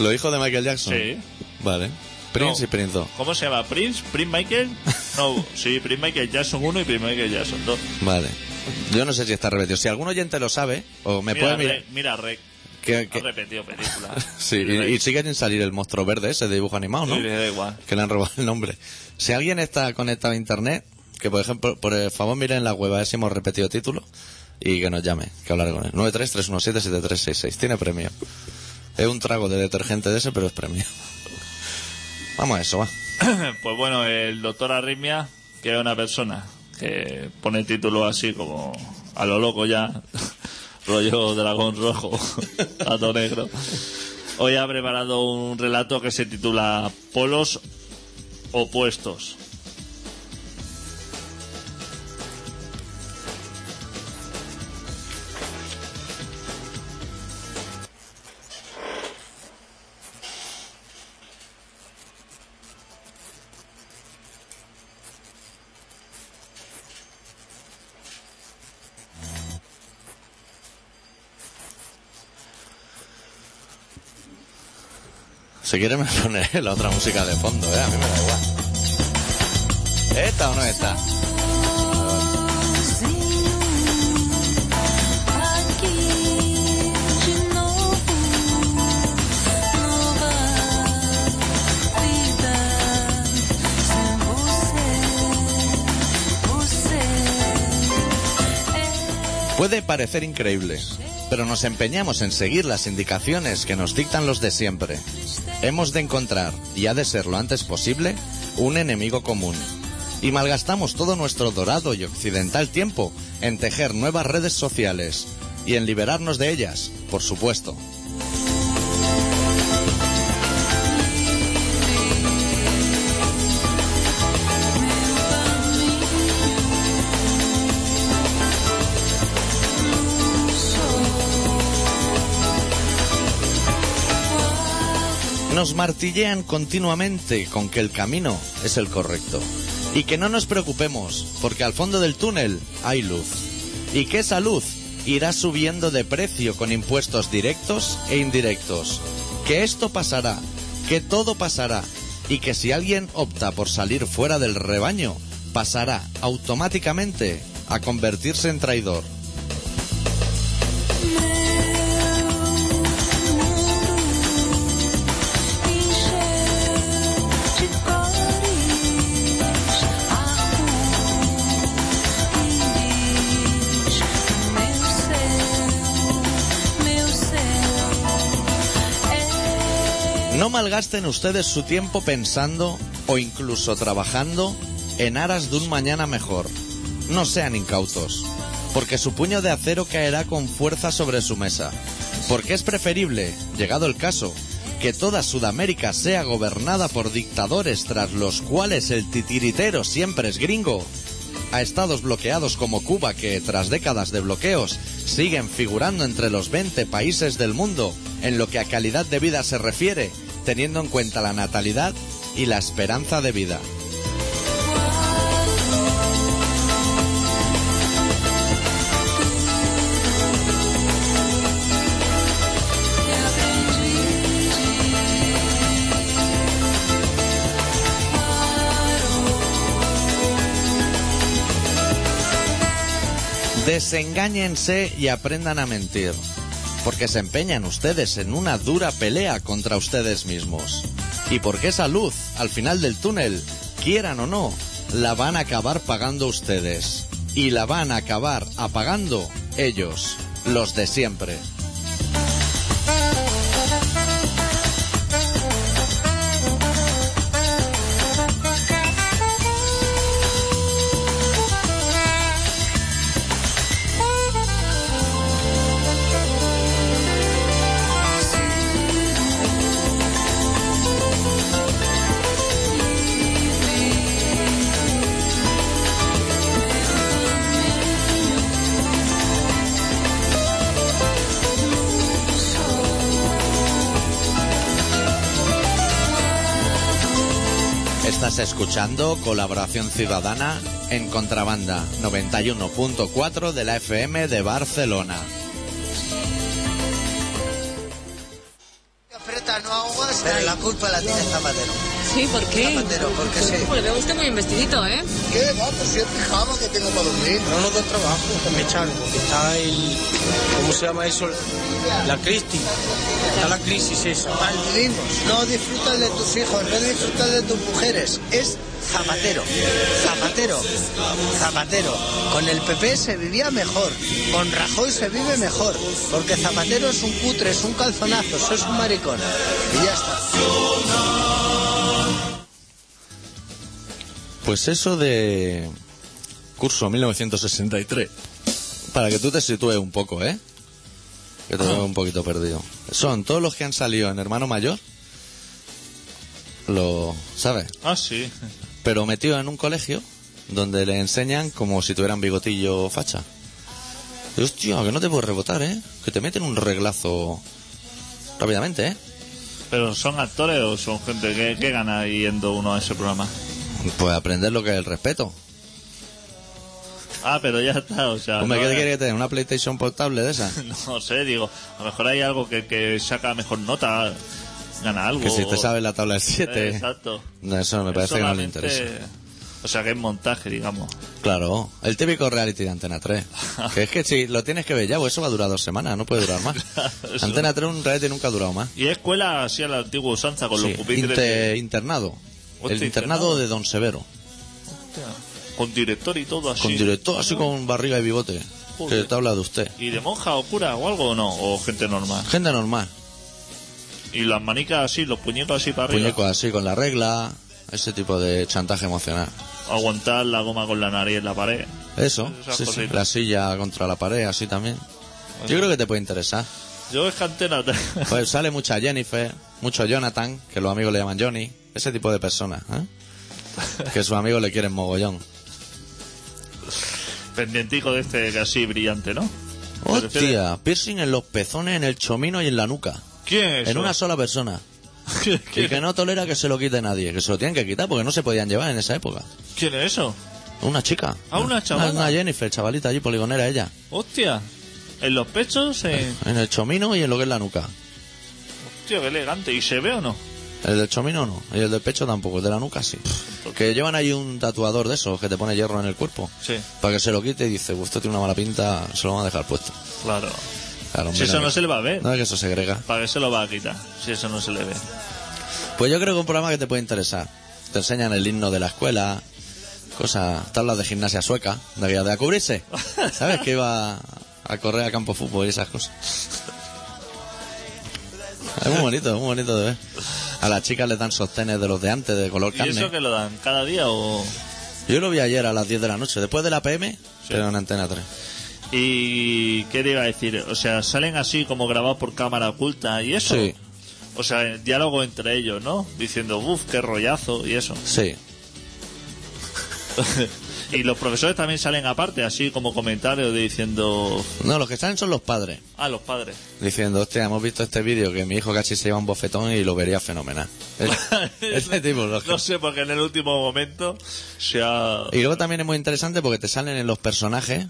¿Los hijos de Michael Jackson?
Sí.
Vale. Prince
No.
y Prince 2.
¿Cómo se llama? ¿Prince? ¿Prince Michael? No, sí, Prince Michael Jackson 1 y Prince Michael Jackson 2.
Vale. Yo no sé si está repetido. Si algún oyente lo sabe, o me
Mira, eh,
puede mirar.
Rec, mira Rec.
que-
Ha
que-
repetido película.
Sí, y, y
Rec.
sigue sin salir el monstruo verde ese de dibujo animado, ¿no?
Sí, da igual.
Que le han robado el nombre. Si alguien está conectado a internet, que por ejemplo, por favor miren en la web a ver si hemos repetido título y que nos llame, que hablar con él. 933177366. Tiene premio. Es un trago de detergente de ese, pero es premio. Vamos a eso, va.
Pues bueno, el doctor Arritmia, que es una persona que pone títulos así como a lo loco ya, rollo dragón rojo, gato negro. Hoy ha preparado un relato que se titula Polos opuestos.
Si quieres me pones la otra música de fondo, ¿eh? A mí me da igual. ¿Esta o no esta?
Aquí yo no no va a vida sin você, você.
Puede parecer increíble, pero nos empeñamos en seguir las indicaciones que nos dictan los de siempre. Hemos de encontrar, y ha de ser lo antes posible, un enemigo común. Y malgastamos todo nuestro dorado y occidental tiempo en tejer nuevas redes sociales y en liberarnos de ellas, por supuesto. Nos martillean continuamente con que el camino es el correcto. Y que no nos preocupemos, porque al fondo del túnel hay luz. Y que esa luz irá subiendo de precio con impuestos directos e indirectos. Que esto pasará, que todo pasará. Y que si alguien opta por salir fuera del rebaño, pasará automáticamente a convertirse en traidor.
Meu
No malgasten ustedes su tiempo pensando o incluso trabajando en aras de un mañana mejor. No sean incautos, porque su puño de acero caerá con fuerza sobre su mesa. Porque es preferible, llegado el caso, que toda Sudamérica sea gobernada por dictadores tras los cuales el titiritero siempre es gringo, a estados bloqueados como Cuba que, tras décadas de bloqueos, siguen figurando entre los 20 países del mundo en lo que a calidad de vida se refiere, teniendo en cuenta la natalidad y la esperanza de vida. Desengáñense y aprendan a mentir, porque se empeñan ustedes en una dura pelea contra ustedes mismos. Y porque esa luz al final del túnel, quieran o no, la van a acabar pagando ustedes. Y la van a acabar apagando ellos, los de siempre. Estás escuchando Colaboración Ciudadana en Contrabanda 91.4 de la FM de Barcelona.
Aprieta, no ahogas. Pero la culpa la tiene Zapatero.
Sí, ¿por qué?
Zapatero, porque sí.
Porque veo usted muy investidito, ¿eh?
¿Qué? Va, pues si es pijama que tengo para dormir.
No nos da trabajo, me echaron, porque está el... ¿Cómo se llama eso? La crisis. Está la crisis esa.
Malditos, no disfrutas de tus hijos, no disfrutas de tus mujeres. Es Zapatero, Zapatero, Zapatero. Con el PP se vivía mejor, con Rajoy se vive mejor, porque Zapatero es un cutre, es un calzonazo, eso es un maricón. Y ya está.
Pues eso de curso 1963. Para que tú te sitúes un poco, ¿eh? Que te veo un poquito perdido. Son todos los que han salido en Hermano Mayor. Lo sabes.
Ah, sí.
Pero metido en un colegio donde le enseñan como si tuvieran bigotillo o facha. Y, hostia, que no te puedes rebotar, ¿eh? Que te meten un reglazo rápidamente, ¿eh?
¿Pero son actores o son gente que, que gana yendo uno a ese programa?
Pues aprender lo que es el respeto.
Ah, pero ya está, o sea...
Hombre,
Ah,
¿qué
no eh.
te
era-
quiere que te den? ¿Una PlayStation portable de esa?
No sé, digo, a lo mejor hay algo que, que saca mejor nota, gana algo.
Que si te
o-
sabes la tabla de
Eh,
7.
Exacto.
No, eso me
Es
parece que no le
solamente-
interesa.
O sea, que es montaje, digamos.
Claro, el típico reality de Antena 3. Que es que si lo tienes que ver ya, pues eso va a durar dos semanas, no puede durar más.
Eso.
Antena 3 un reality nunca ha durado más.
Y escuela así a la antigua usanza con
Sí,
los pupitres.
inter- internado.
Hostia,
El internado
internado.
de Don Severo.
Con director y todo así.
Con director así con barriga y bigote.
Joder.
Que te habla de usted.
¿Y de monja o cura o algo o no? O gente normal.
Gente normal.
Y las manicas así, los puñecos así para arriba.
Puñecos así con la regla. Ese tipo de chantaje emocional.
Aguantar la goma con la nariz en la pared.
Eso.
Esas
sí, sí.
cositas.
La silla contra la pared, así también. Yo creo que te puede interesar.
Yo es cantena.
Pues sale mucha Jennifer, mucho Jonathan, que los amigos le llaman Johnny, ese tipo de personas, ¿eh? Que sus amigos le quieren mogollón.
Pendientico de este que así brillante, ¿no? ¿Te refieres?
Hostia, piercing en los pezones, en el chomino y en la nuca.
¿Quién es?
En
eso?
una sola persona.
¿Quién,
Y que
quién-
no tolera que se lo quite nadie, que se lo tienen que quitar porque no se podían llevar en esa época.
quién es eso?
Una chica.
Ah, una chavala.
Una, Jennifer, chavalita allí, poligonera ella.
Hostia. En los pechos, eh...
En el chomino y en lo que es la nuca.
Hostia, qué elegante. ¿Y se ve o no?
El del chomino no, y el del pecho tampoco, el de la nuca sí. Que llevan ahí un tatuador de esos que te pone hierro en el cuerpo.
Sí,
Para que se lo quite y dice, "Uf, esto tiene una mala pinta, se lo van a dejar puesto.
claro.
Claro,
Si
mira
eso
que-
no se le va a ver.
No es que eso se agrega.
¿Para qué se lo va a quitar? Si eso no se le ve.
Pues yo creo que un programa que te puede interesar. Te enseñan el himno de la escuela, cosas, tablas de gimnasia sueca, de aquella de a cubrirse. ¿Sabes? Que iba a correr a campo fútbol y esas cosas. Es muy bonito, muy bonito de ver. A las chicas les dan sostenes de los de antes, de color
¿Y
carne.
eso que lo dan cada día o.?
Yo lo vi ayer a las 10 de la noche, después de la PM, pero en Antena 3.
¿Y qué te iba a decir? O sea, salen así como grabados por cámara oculta y eso.
Sí.
O sea, el diálogo entre ellos, ¿no? Diciendo, uff, qué rollazo y eso.
Sí,
y los profesores también salen aparte, así como comentarios de diciendo.
no, los que salen son los padres.
Ah, los padres.
diciendo, hostia, hemos visto este vídeo que mi hijo casi se lleva un bofetón y lo vería fenomenal. Ese tipo. los que-
No sé, porque en el último momento se ha.
Y luego también es muy interesante porque te salen en los personajes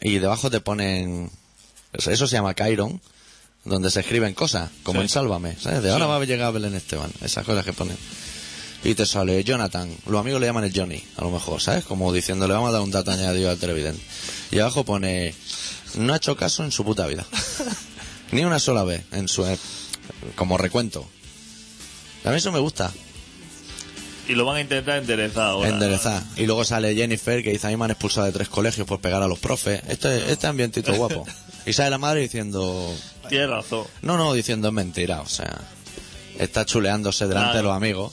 y debajo te ponen... Eso se llama Chiron, donde se escriben cosas, como
Sí.
en Sálvame, ¿sabes? De ahora va a llegar Belén Esteban, esas cosas que ponen. Y te sale Jonathan, los amigos le llaman el Johnny, a lo mejor, ¿sabes? Como diciendo, le vamos a dar un dato añadido al televidente. Y abajo pone, no ha hecho caso en su puta vida. Ni una sola vez, en su... como recuento. eh, A mí eso me gusta,
Y lo van a intentar enderezar ahora.
enderezar. Y luego sale Jennifer que dice, a mí me han expulsado de tres colegios por pegar a los profes. Este, este ambientito guapo. Y sale la madre diciendo,
Tienes razón.
no, no, diciendo es mentira, o sea, está chuleándose delante
Claro.
de los amigos,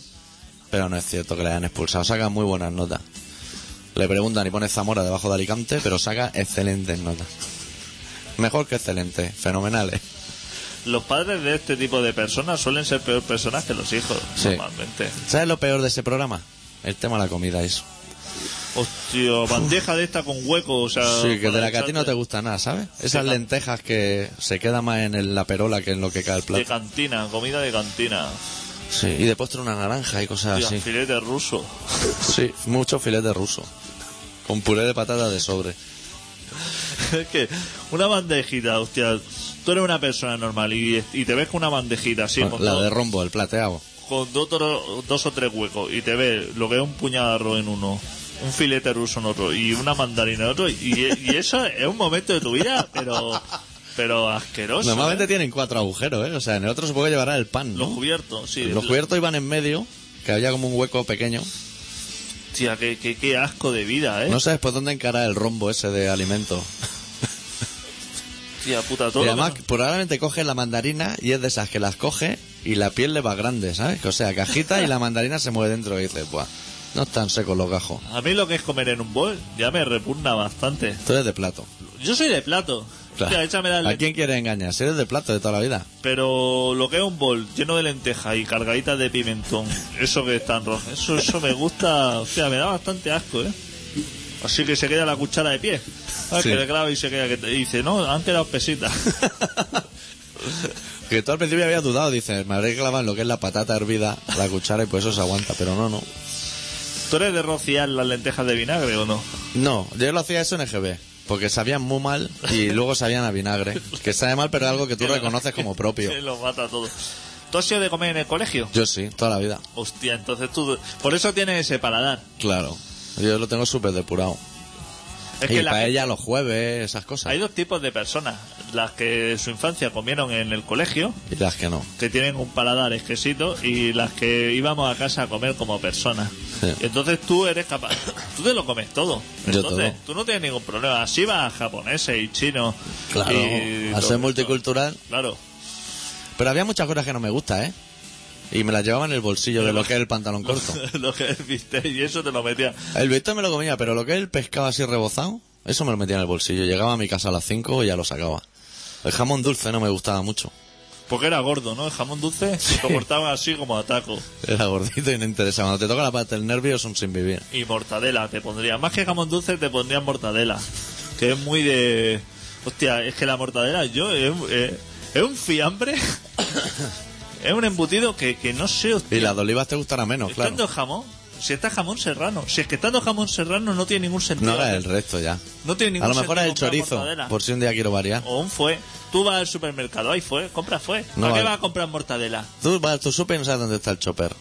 pero no es cierto que le hayan expulsado. Saca muy buenas notas. Le preguntan y pone Zamora debajo de Alicante, pero saca excelentes notas. Mejor que excelentes, fenomenales.
Los padres de este tipo de personas suelen ser peor personas que los hijos,
Sí.
normalmente.
¿Sabes lo peor de ese programa? El tema de la comida, eso.
Hostia, bandeja de esta con hueco, o sea...
Sí, que
para
de la que a ti
echarte-
no te gusta nada, ¿sabes? Esas
Sí, no.
lentejas que se queda más en el- la perola que en lo que cae el
De
plato.
cantina, comida de cantina.
Sí, y de postre una naranja y cosas
Hostia,
así.
filete ruso.
Sí, mucho filete ruso. Con puré de patata de sobre.
Es que una bandejita, hostia... Tú eres una persona normal y, y te ves con una bandejita así,
Bueno,
con,
Ah, la
todo-
de rombo, el plateado.
con dos, toro- dos o tres huecos, y te ves lo que es un puñado de arroz en uno, un filete ruso en otro y una mandarina en otro, y, y eso es un momento de tu vida, pero... Pero asqueroso.
Normalmente
¿eh?
tienen cuatro agujeros, ¿eh? O sea, en el otro supongo que llevará el pan, ¿no?
Los cubiertos, sí.
Los cubiertos iban en medio, que había como un hueco pequeño.
Hostia, qué, qué- qué asco de vida, ¿eh?
No sé después dónde encarar el rombo ese de alimento.
Hostia, puta, todo
Y
lo
además,
que-
probablemente coge la mandarina y es de esas que las coge y la piel le va grande, ¿sabes? O sea, cajita y la mandarina se mueve dentro y dices, buah, no están secos los gajos.
A mí lo que es comer en un bol ya me repugna bastante.
Tú eres de plato.
Yo soy de plato.
Claro.
Hostia, échame la
¿A
lente-
quién quieres engañar? Si eres de plato de toda la vida.
Pero lo que es un bol lleno de lenteja y cargaditas de pimentón, eso que es tan rojo, eso, eso me gusta, o sea, me da bastante asco, ¿eh? Así que se queda la cuchara de pie. Ah,
Sí.
que le clava y se queda que te- y dice, no, han quedado pesitas.
Que tú al principio habías dudado, dices, me habré clavado en lo que es la patata hervida, la cuchara y por eso se aguanta, pero no, no.
¿Tú eres de rociar las lentejas de vinagre o no?
No, yo lo hacía eso en EGB, porque sabían muy mal y luego sabían a vinagre. Que sabe mal, pero es algo que tú reconoces como propio.
Que lo mata todo. ¿Tú has sido de comer en el colegio?
Yo sí, toda la vida.
Hostia, entonces tú... Por eso tienes ese paladar.
Claro. Yo lo tengo súper depurado.
Es
y
que la
para
gente-
ella los jueves, esas cosas.
Hay dos tipos de personas. Las que en su infancia comieron en el colegio,
Y las que no.
que tienen un paladar exquisito, y las que íbamos a casa a comer como personas.
Sí.
Y entonces tú eres capaz... Tú te lo comes todo.
Yo
Entonces
todo.
tú no tienes ningún problema. Así vas a japoneses y chinos.
Claro,
y
al
todo
ser
esto.
multicultural.
Claro.
Pero había muchas cosas que no me gusta, ¿eh? Y me las llevaba en el bolsillo de lo que es el pantalón corto.
lo que viste y eso te lo metía.
El bistec me lo comía, pero lo que es el pescado así rebozado, eso me lo metía en el bolsillo. Llegaba a mi casa a las 5 y ya lo sacaba. El jamón dulce no me gustaba mucho.
Porque era gordo, ¿no? El jamón dulce lo cortaban así como ataco.
Era gordito y no interesaba. Cuando te toca la parte del nervio es un sin vivir.
Y mortadela te pondría. Más que jamón dulce te pondrían mortadela. Que es muy de... Hostia, es que la mortadela yo... Es, eh, es un fiambre. es un embutido que, que no sé...
Y
Hostia,
las de olivas te gustará menos, claro.
estando jamón... Si está jamón serrano. Si es que estando jamón serrano no tiene ningún
No
sentido.
hagas el resto ya.
No tiene
A
ningún
lo mejor es el
sentido comprar
chorizo,
mortadela.
por si un día quiero variar.
O un fue. Tú vas al supermercado, ahí fue, compra fue.
No
¿Para
vale.
qué vas a comprar mortadela?
Tú vas a tu súper y no sabes dónde está el chopper.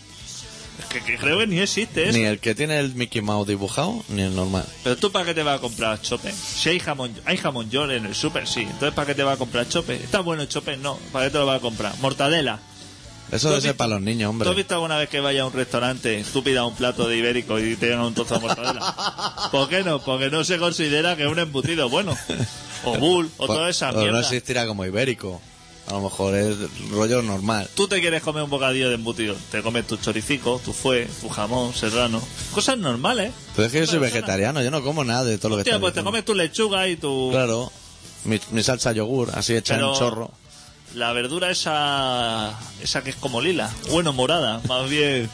Es que, que creo que ni existe eso.
Ni el que tiene el Mickey Mouse dibujado, ni el normal.
Pero tú para qué te vas a comprar chope? Si hay jamón, hay jamón york en el súper, sí. Entonces para qué te vas a comprar chope? Está bueno el chope, no. ¿Para qué te lo vas a comprar? Mortadela.
Eso
¿Tú
debe
has
ser
visto-
para los niños,
¿Tú has
hombre.
visto alguna vez que vaya a un restaurante, tú pidas un plato de ibérico y te den un trozo de mortadela? ¿Por qué no? Porque no se considera que es un embutido bueno. O bull, o
Pues-
toda esa
pues no
mierda.
existirá como ibérico. A lo mejor es rollo normal.
Tú te quieres comer un bocadillo de embutido. Te comes tus choricicos, tu fue, tu jamón, serrano. Cosas normales.
Pero es que yo soy
Pero suena-
vegetariano, yo no como nada de todo lo que
Hostia,
está
pues te comes tu lechuga y tu...
Claro, mi, mi salsa yogur, así hecha
Pero
en chorro.
La verdura esa esa que es como lila, bueno, morada, más bien.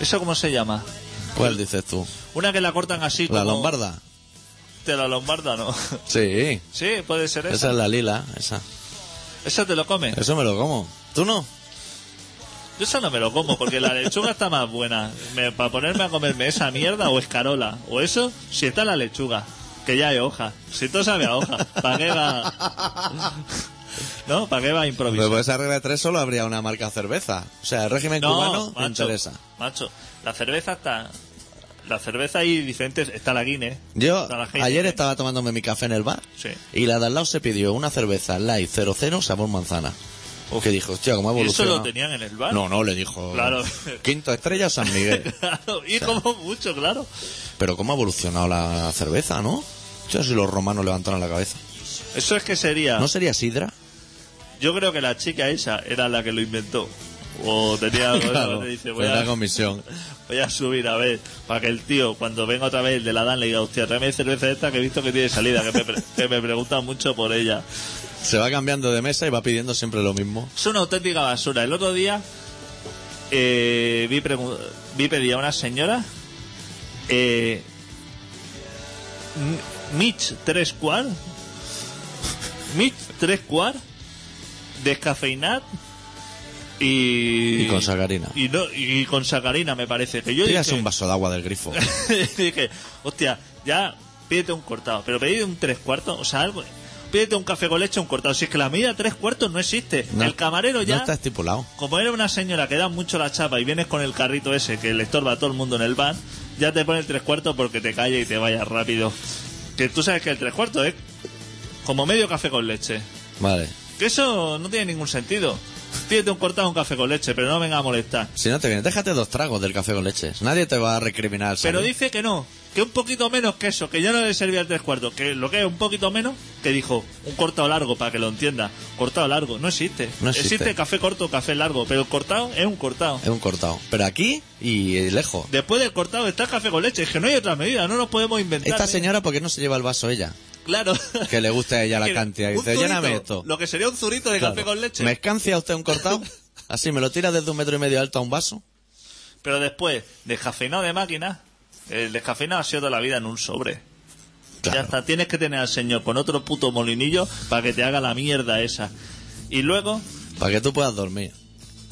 ¿Eso cómo se llama?
¿Cuál dices tú?
Una que la cortan así
¿La
como-
lombarda?
De la lombarda, ¿no?
Sí,
Sí, puede ser esa.
esa es la lila, esa.
Esa te lo comes.
Eso me lo como. ¿Tú no?
Yo esa no me lo como porque la lechuga está más buena. Me- para ponerme a comerme esa mierda o escarola o eso, si está la lechuga, que ya hay hoja. Si todo sabe a hoja, ¿para qué va...? ¿No? ¿Para qué va a improvisar?
Pero por Pues esa regla de tres solo habría una marca cerveza. O sea, el régimen cubano me interesa.
Macho, la cerveza está. La cerveza hay diferentes. Está la Guinness.
Yo
está la Heineken.
ayer estaba tomándome mi café en el bar
Sí.
y la de al lado se pidió una cerveza light 00 sabor manzana.
Uf.
Que dijo, hostia, ¿cómo ha
¿Y eso
evolucionado?
lo tenían en el bar?
No, no, le dijo.
Claro.
Quinta estrella San Miguel.
Claro, y como mucho, claro.
Pero ¿cómo ha evolucionado la cerveza, no? Hostia, si los romanos levantaron la cabeza.
Eso es que sería.
¿No sería sidra?
Yo creo que la chica esa era la que lo inventó. O tenía algo
Claro,
le dice, voy
fue la
a,
comisión.
voy a subir a ver, para que el tío, cuando venga otra vez el de la Dan, le diga, hostia, tráeme cerveza esta que he visto que tiene salida, que me, pre- que me preguntan mucho por ella.
Se va cambiando de mesa y va pidiendo siempre lo mismo.
Es una auténtica basura. El otro día eh, vi, pregu- vi pedir a una señora eh, M- Mitch 3 cuar Mitch 3 cuar descafeinat y,
Y con sacarina.
y, no- y con sacarina me parece que yo
Tírase
dije-
un vaso de agua del grifo.
dije, hostia, ya pídete un cortado, pero pedí un tres cuartos, o sea, algo. Pídete un café con leche, un cortado. Si es que la medida tres cuartos no existe.
No-
el camarero ya,
No está estipulado.
como era una señora que da mucho la chapa y vienes con el carrito ese que le estorba a todo el mundo en el bar, ya te pone el tres cuartos porque te calle y te vayas rápido. Que tú sabes que el tres cuartos es como medio café con leche.
Vale.
Que eso no tiene ningún sentido. Pídete un cortado, un café con leche, pero no venga a molestar.
Si no te viene, déjate dos tragos del café con leche. Nadie te va a recriminar. al
Pero
salir.
dice que no, que un poquito menos que eso, que ya no le servía el tres cuartos, que lo que es un poquito menos, que dijo, un cortado largo, para que lo entienda. Cortado largo, no existe.
No existe.
café corto, café largo, pero el cortado es un cortado.
Es un cortado. Pero aquí y eh, lejos.
Después del cortado está el café con leche, es que no hay otra medida, no nos podemos inventar.
Esta
¿eh?
señora, porque no se lleva el vaso ella?
Claro.
Que le gusta a ella la
Que
cantidad.
un
Dice,
zurito,
lléname esto.
Lo que sería un zurito de café
Claro.
con leche.
¿Me escancia usted un cortado? Así, me lo tira desde un metro y medio alto a un vaso.
Pero después, descafeinado de máquina, el descafeinado ha sido toda la vida en un sobre.
Claro.
Ya está, tienes que tener al señor con otro puto molinillo para que te haga la mierda esa. Y luego,
Para que tú puedas dormir.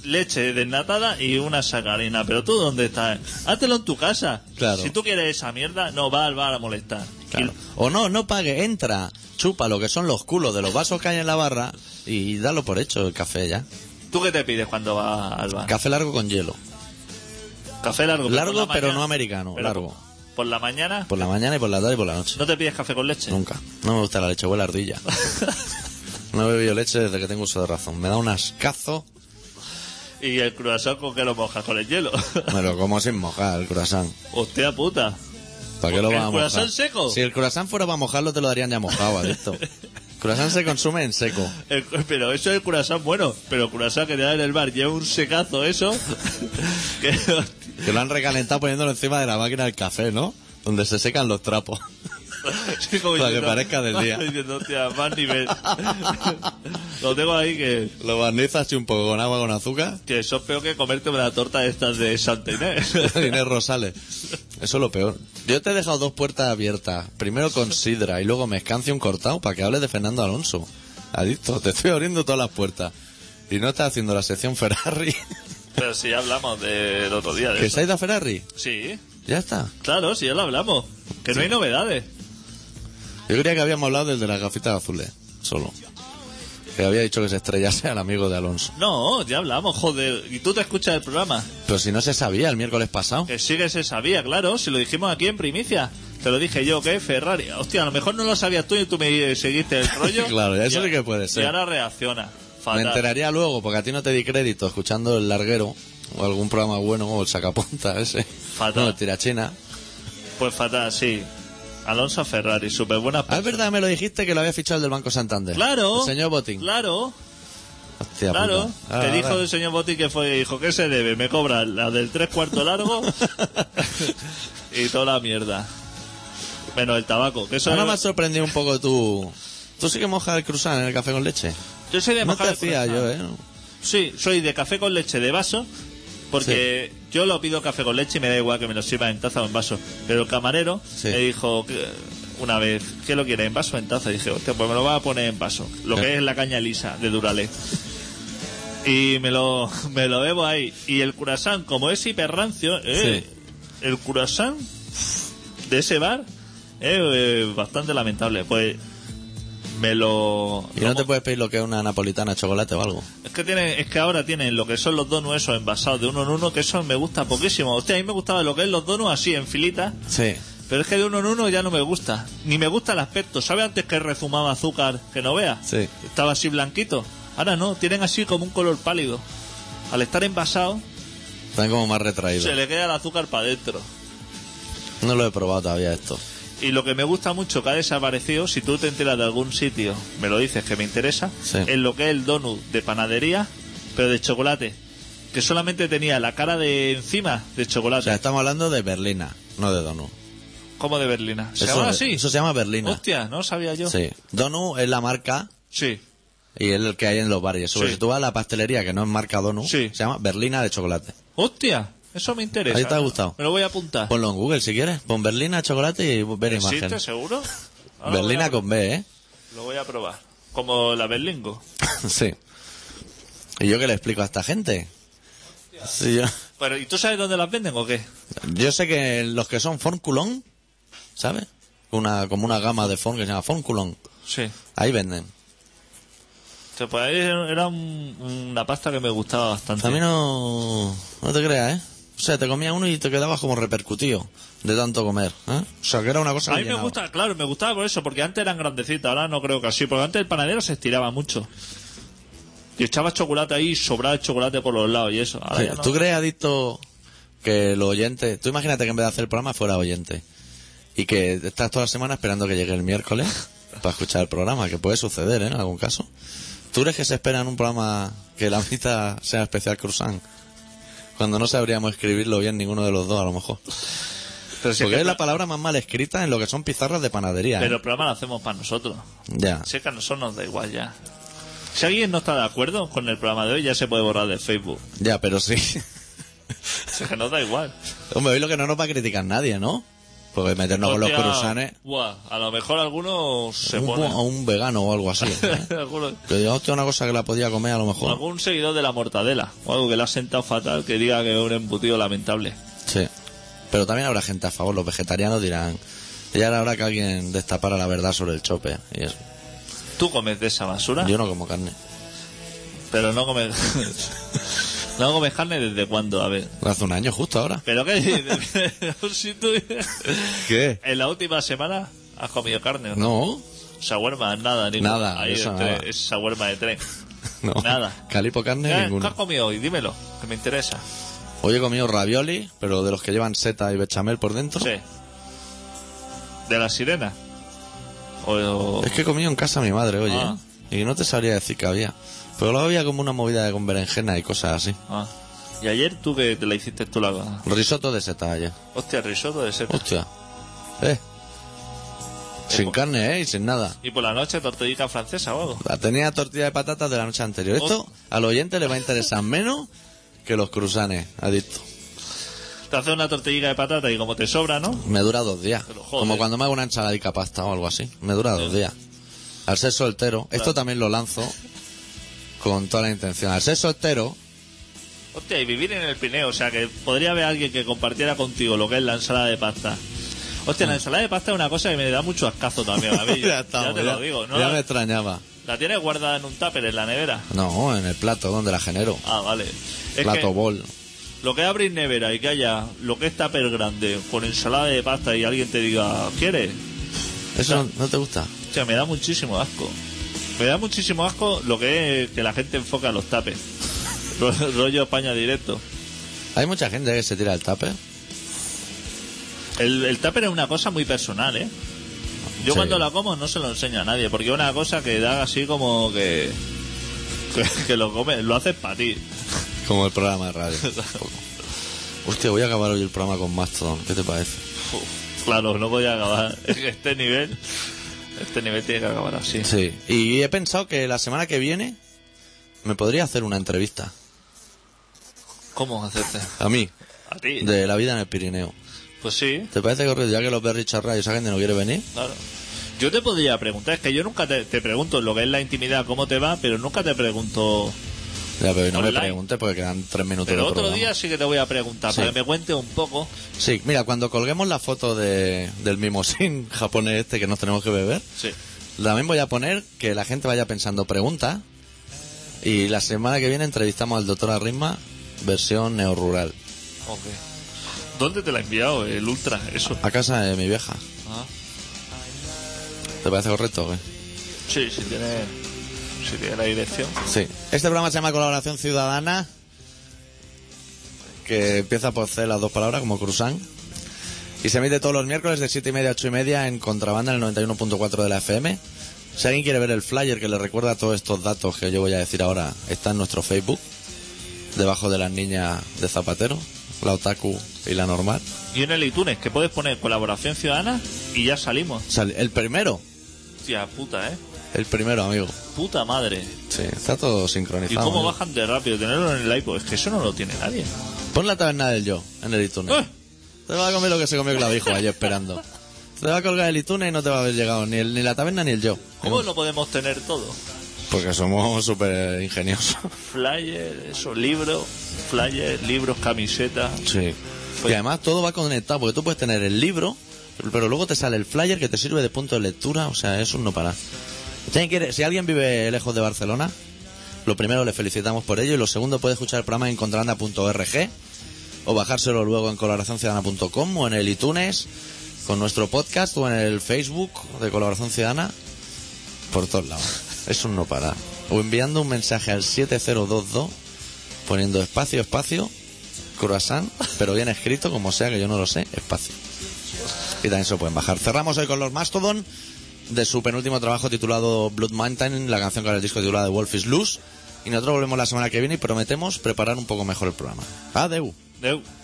leche desnatada y una sacarina. Pero tú, ¿dónde estás? Hátelo en tu casa.
Claro.
Si tú quieres esa mierda, no va al bar a molestar.
Claro. O no, no pague, entra, chupa lo que son los culos de los vasos que hay en la barra y dalo por hecho el café ya.
Y- ¿Tú qué te pides cuando vas al bar?
Café largo con hielo.
café largo.
Largo,
por la
pero no americano, largo.
Por la mañana,
Por la mañana y por la tarde y por la noche.
¿no te pides café con leche?
Nunca. No me gusta la leche, huele a ardilla. No he bebido leche desde que tengo uso de razón. Me da un ascazo.
Y el croissant con que lo mojas con el hielo.
Me lo como sin mojar el croissant.
Hostia puta.
¿Para qué lo
¿El
vamos a mojar?
croissant seco?
Si el croissant fuera para mojarlo, te lo darían ya mojado, adicto. croissant se consume en seco.
El- pero eso es el curasán bueno, pero el curasán que te da en el bar lleva un secazo eso. que, hostia,
Que lo han recalentado poniéndolo encima de la máquina del café, ¿no? Donde se secan los trapos.
sí, como
Para que parezca del día.
Diciendo, hostia, más nivel. Lo tengo ahí que,
Lo barnizas así un poco con agua, con azúcar.
que eso es peor que comerte una torta de estas de Santa Inés.
Inés Rosales. Eso es lo peor. Yo te he dejado dos puertas abiertas. Primero con Sidra y luego me escancio un cortado para que hables de Fernando Alonso. Adicto, te estoy abriendo todas las puertas. Y no estás haciendo la sección Ferrari.
pero si ya hablamos del otro día de
¿Que
eso.
se ha ido a Ferrari?
Sí,
Ya está.
claro, si ya lo hablamos. Que no hay novedades.
Yo creía que habíamos hablado del de las gafitas azules. Solo. Que había dicho que se estrellase al amigo de Alonso.
No, ya hablamos, joder. Y tú te escuchas el programa.
Pero si no se sabía el miércoles pasado.
Que sí que se sabía, claro, si lo dijimos aquí en primicia. Te lo dije yo, que Ferrari. Hostia, a lo mejor no lo sabías tú y tú me seguiste el rollo.
Claro, eso
Y-
sí que puede ser.
Y ahora reacciona.
Me
Fatal.
enteraría luego, porque a ti no te di crédito escuchando El Larguero o algún programa bueno o el Sacapunta ese.
Fatal.
No, el Tirachina.
Pues fatal, sí. Alonso Ferrari, súper buena.
Ah, es verdad, me lo dijiste que lo había fichado el del Banco Santander.
Claro.
El señor Botín.
Claro,
Hostia
claro.
puta. Ah,
te dijo
ah.
el señor Botín que fue, dijo, ¿qué se debe? Me cobra la del tres cuartos largo y toda la mierda. Menos el tabaco, que eso
Ahora
es-
me ha sorprendido un poco tú. Tú sí que mojas el cruzán en el café con leche.
Yo soy de pues.
No te
mojar el
hacía
croissant.
yo, ¿eh?
Sí, soy de café con leche de vaso, porque yo lo pido café con leche y me da igual que me lo sirva en taza o en vaso. Pero el camarero
Sí.
me dijo que- una vez, ¿qué lo quiere? ¿En vaso o en taza? Y dije, hostia, pues me lo va a poner en vaso. Lo
Claro.
que es la caña lisa de Duralé. Y me lo, me lo bebo ahí. Y el curasán, como es hiperrancio, eh, el curasán de ese bar es eh, bastante lamentable. Pues me lo...
Y
lo
no te puedes pedir lo que es una napolitana de chocolate o algo.
es que, tienen, es que ahora tienen lo que son los donuts esos envasados de uno en uno, que eso me gusta poquísimo. Hostia, a mí me gustaba lo que es los donuts así, en filita.
Sí.
Pero es que de uno en uno ya no me gusta. Ni me gusta el aspecto. ¿Sabe antes que rezumaba azúcar? Que no vea.
Sí.
Estaba así blanquito. Ahora no, tienen así como un color pálido. Al estar envasado,
Están como más retraídos.
se le queda el azúcar para adentro.
No lo he probado todavía esto.
Y lo que me gusta mucho que ha desaparecido, si tú te enteras de algún sitio, me lo dices que me interesa,
Sí.
es lo que es el donut de panadería, pero de chocolate. Que solamente tenía la cara de encima de
O
chocolate,
sea, estamos hablando de berlina, no de donut.
como de berlina. ¿Se
Eso-
llama así?
Eso se llama berlina.
Hostia, no sabía yo.
Sí. Donut es la marca
Sí.
y es el que hay en los bares. Sobre
Sí.
si tú vas a la pastelería que no es marca Donut,
Sí.
se llama berlina de chocolate.
Hostia, eso me interesa.
Ahí te ha gustado.
Me lo voy a apuntar.
Ponlo en Google si quieres. Pon berlina de chocolate y ver
¿Existe Ah,
imágenes.
seguro? Ahora lo voy
Berlina
a-
con B, ¿eh?
Lo voy a probar. Como la berlingo.
sí. ¿Y yo qué le explico a esta gente? Sí, yo...
Pero, ¿y tú sabes dónde las venden o qué?
Yo sé que los que son Forculón, ¿sabes? Una, como una gama de Forn que se llama Forculón.
Sí.
Ahí venden.
O sea, pues ahí era un- una pasta que me gustaba bastante.
A mí no, no te creas, ¿eh? O sea, te comías uno y te quedabas como repercutido de tanto comer. ¿eh? O sea, que era una cosa
A
que
mí me
llenaba.
gusta, claro, me gustaba por eso, porque antes eran grandecitas, ahora no creo que así, porque antes el panadero se estiraba mucho. Y echaba chocolate ahí, y sobraba el chocolate por los lados y eso. Ahora
Sí,
ya no.
¿Tú crees, Adicto, que los oyentes... Tú imagínate que en vez de hacer el programa fuera oyente y que estás toda la semana esperando que llegue el miércoles para escuchar el programa, que puede suceder, ¿eh? En algún caso. ¿Tú crees que se espera en un programa que la mitad sea especial Cruzán? Cuando no sabríamos escribirlo bien ninguno de los dos, a lo mejor.
Pero, si es
Porque
que-
es la palabra más mal escrita en lo que son pizarras de panadería. ¿eh?
pero el programa lo hacemos para nosotros.
Ya.
Si es que a nosotros nos da igual ya. Si alguien no está de acuerdo con el programa de hoy, ya se puede borrar de Facebook.
Ya, pero sí.
Si es que nos da igual.
Hombre, hoy lo que no nos va a criticar nadie, ¿no? Porque meternos con los
Hostia,
cruzanes.
buah, a lo mejor algunos se
Un,
ponen.
a un vegano o algo así. ¿eh?
Algunos-
Que diga, hostia, una cosa que la podía comer a lo mejor.
algún seguidor de la mortadela o algo que le ha sentado fatal que diga que es un embutido lamentable.
Sí. Pero también habrá gente a favor. Los vegetarianos dirán. Ya era hora que alguien destapara la verdad sobre el chope. Y eso.
Tú comes de esa basura,
Yo no como carne.
pero no comes. no comes carne desde cuándo, a ver.
Hace un año, justo ahora.
¿Pero qué dices? Si tú-
¿Qué?
¿En la última semana has comido carne o no?
No.
Shawarma, nada, ni
Nada,
Ahí
eso
de tren,
nada.
Es shawarma de tren.
No.
Nada. Eh,
Calipo carne,
¿Qué, qué has
ninguno.
comido hoy? Dímelo, que me interesa.
Hoy he comido ravioli, pero de los que llevan seta y bechamel por dentro.
Sí. ¿De la sirena? O, o-
Es que he comido en casa mi madre, oye.
Ah.
¿eh? Y no te sabría decir que había. Pero luego había como una movida de con berenjena y cosas así.
Ah. ¿Y ayer tú que te la hiciste tú la...
Risotto de seta ayer.
Hostia, risotto de seta.
Hostia. Eh. Sin
por-
carne, eh, y sin nada.
Y por la noche tortillita francesa o algo.
La tenía tortilla de patatas de la noche anterior. Esto al oyente le va a interesar menos que los cruzanes, adicto.
Te haces una tortillita de patata y como te sobra, ¿no?
Me dura dos días.
Pero joder. Eh.
Como cuando me hago una ensaladica pasta o algo así. Me dura dos días. Al ser soltero, esto también lo lanzo con toda la intención. Al ser soltero,
Hostia, y vivir en el Pineo, o sea que podría haber alguien que compartiera contigo lo que es la ensalada de pasta. Hostia, la ensalada de pasta es una cosa que me da mucho ascazo también a mí.
Mm. ya estamos,
te
ya-
lo digo, ¿no?
ya
la,
me extrañaba.
la tienes guardada en un tupper en la nevera.
No, en el plato donde la genero.
Ah, vale. Es
plato
que
bol.
lo que abrir nevera y que haya lo que es tupper grande con ensalada de pasta y alguien te diga, ¿quieres?
Eso no, no te gusta.
Hostia, me da muchísimo asco. Me da muchísimo asco lo que es que la gente enfoca los tapes. Ro- Rollo España directo.
Hay mucha gente que se tira el tupper.
El, el tupper es una cosa muy personal, ¿eh? Yo
Sí.
cuando la como no se lo enseño a nadie, porque es una cosa que da así como que... Que, que lo comes, lo haces para ti.
Como el programa de radio. Un poco. Hostia, voy a acabar hoy el programa con Mastodon. ¿Qué te parece?
Uf, Claro, no podía acabar. Este nivel... Este nivel tiene que acabar así.
Sí. Y he pensado que la semana que viene me podría hacer una entrevista.
¿Cómo hacerte?
A mí.
A ti.
De la vida en el Pirineo.
Pues sí,
¿Te parece correcto? Ya que los ve Richard Ray, esa gente no quiere venir.
claro. Yo te podría preguntar, es que yo nunca te, te pregunto lo que es la intimidad, cómo te va, pero nunca te pregunto...
Ya, pero no
Online.
me preguntes porque quedan tres minutos
Pero
de
otro
programa.
día sí que te voy a preguntar,
Sí.
para que me cuente un poco.
Sí, mira, cuando colguemos la foto de, del mimosin japonés este que nos tenemos que beber,
Sí.
También voy a poner que la gente vaya pensando preguntas. Y la semana que viene entrevistamos al doctor Arrisma, versión neorural.
Ok. ¿Dónde te la ha enviado el Ultra? Eso.
A casa de mi vieja.
Ah.
¿Te parece correcto? o qué?
Sí, sí, tiene. Si tiene la dirección.
Sí. Este programa se llama Colaboración Ciudadana, que empieza por C las dos palabras, como cruzan. Y se emite todos los miércoles de 7 y media a 8 y media en contrabanda en el 91.4 de la FM. Si alguien quiere ver el flyer que le recuerda todos estos datos que yo voy a decir ahora, está en nuestro Facebook, debajo de las niñas de Zapatero, la Otaku y la normal.
Y en el iTunes, que puedes poner colaboración ciudadana y ya salimos.
Sal- El primero,
Hostia puta, ¿eh?
el primero, amigo.
Puta madre.
Sí, está todo
¿Y
sincronizado.
cómo
amigo.
bajan de rápido tenerlo en el iPod? Es que eso no lo tiene nadie.
Pon la taberna del yo en el iTunes.
¡Eh!
Te va a comer lo que se comió Clavijo ayer esperando. Te va a colgar el iTunes y no te va a haber llegado ni, el- ni la taberna ni el yo.
¿Cómo lo podemos tener todo?
Porque somos súper ingeniosos.
Flyer, eso, libros, flyers, libros, camisetas.
Sí. Y además todo va conectado, porque tú puedes tener el libro, pero luego te sale el flyer que te sirve de punto de lectura, o sea, es un no parar. Si alguien, quiere- si alguien vive lejos de Barcelona, lo primero le felicitamos por ello y lo segundo puede escuchar el programa en contralanda.org o bajárselo luego en colaboracionciudadana.com o en el iTunes con nuestro podcast o en el Facebook de Colaboración Ciudadana por todos lados. Es un no parar. O enviando un mensaje al 7022 poniendo espacio, espacio, croissant, pero bien escrito, como sea que yo no lo sé, espacio. Y también se lo pueden bajar. Cerramos hoy con los Mastodon de su penúltimo trabajo titulado Blood Mountain, la canción que era el disco titulada The Wolf is Loose. Y nosotros volvemos la semana que viene y prometemos preparar un poco mejor el programa. Adeu.
Deu.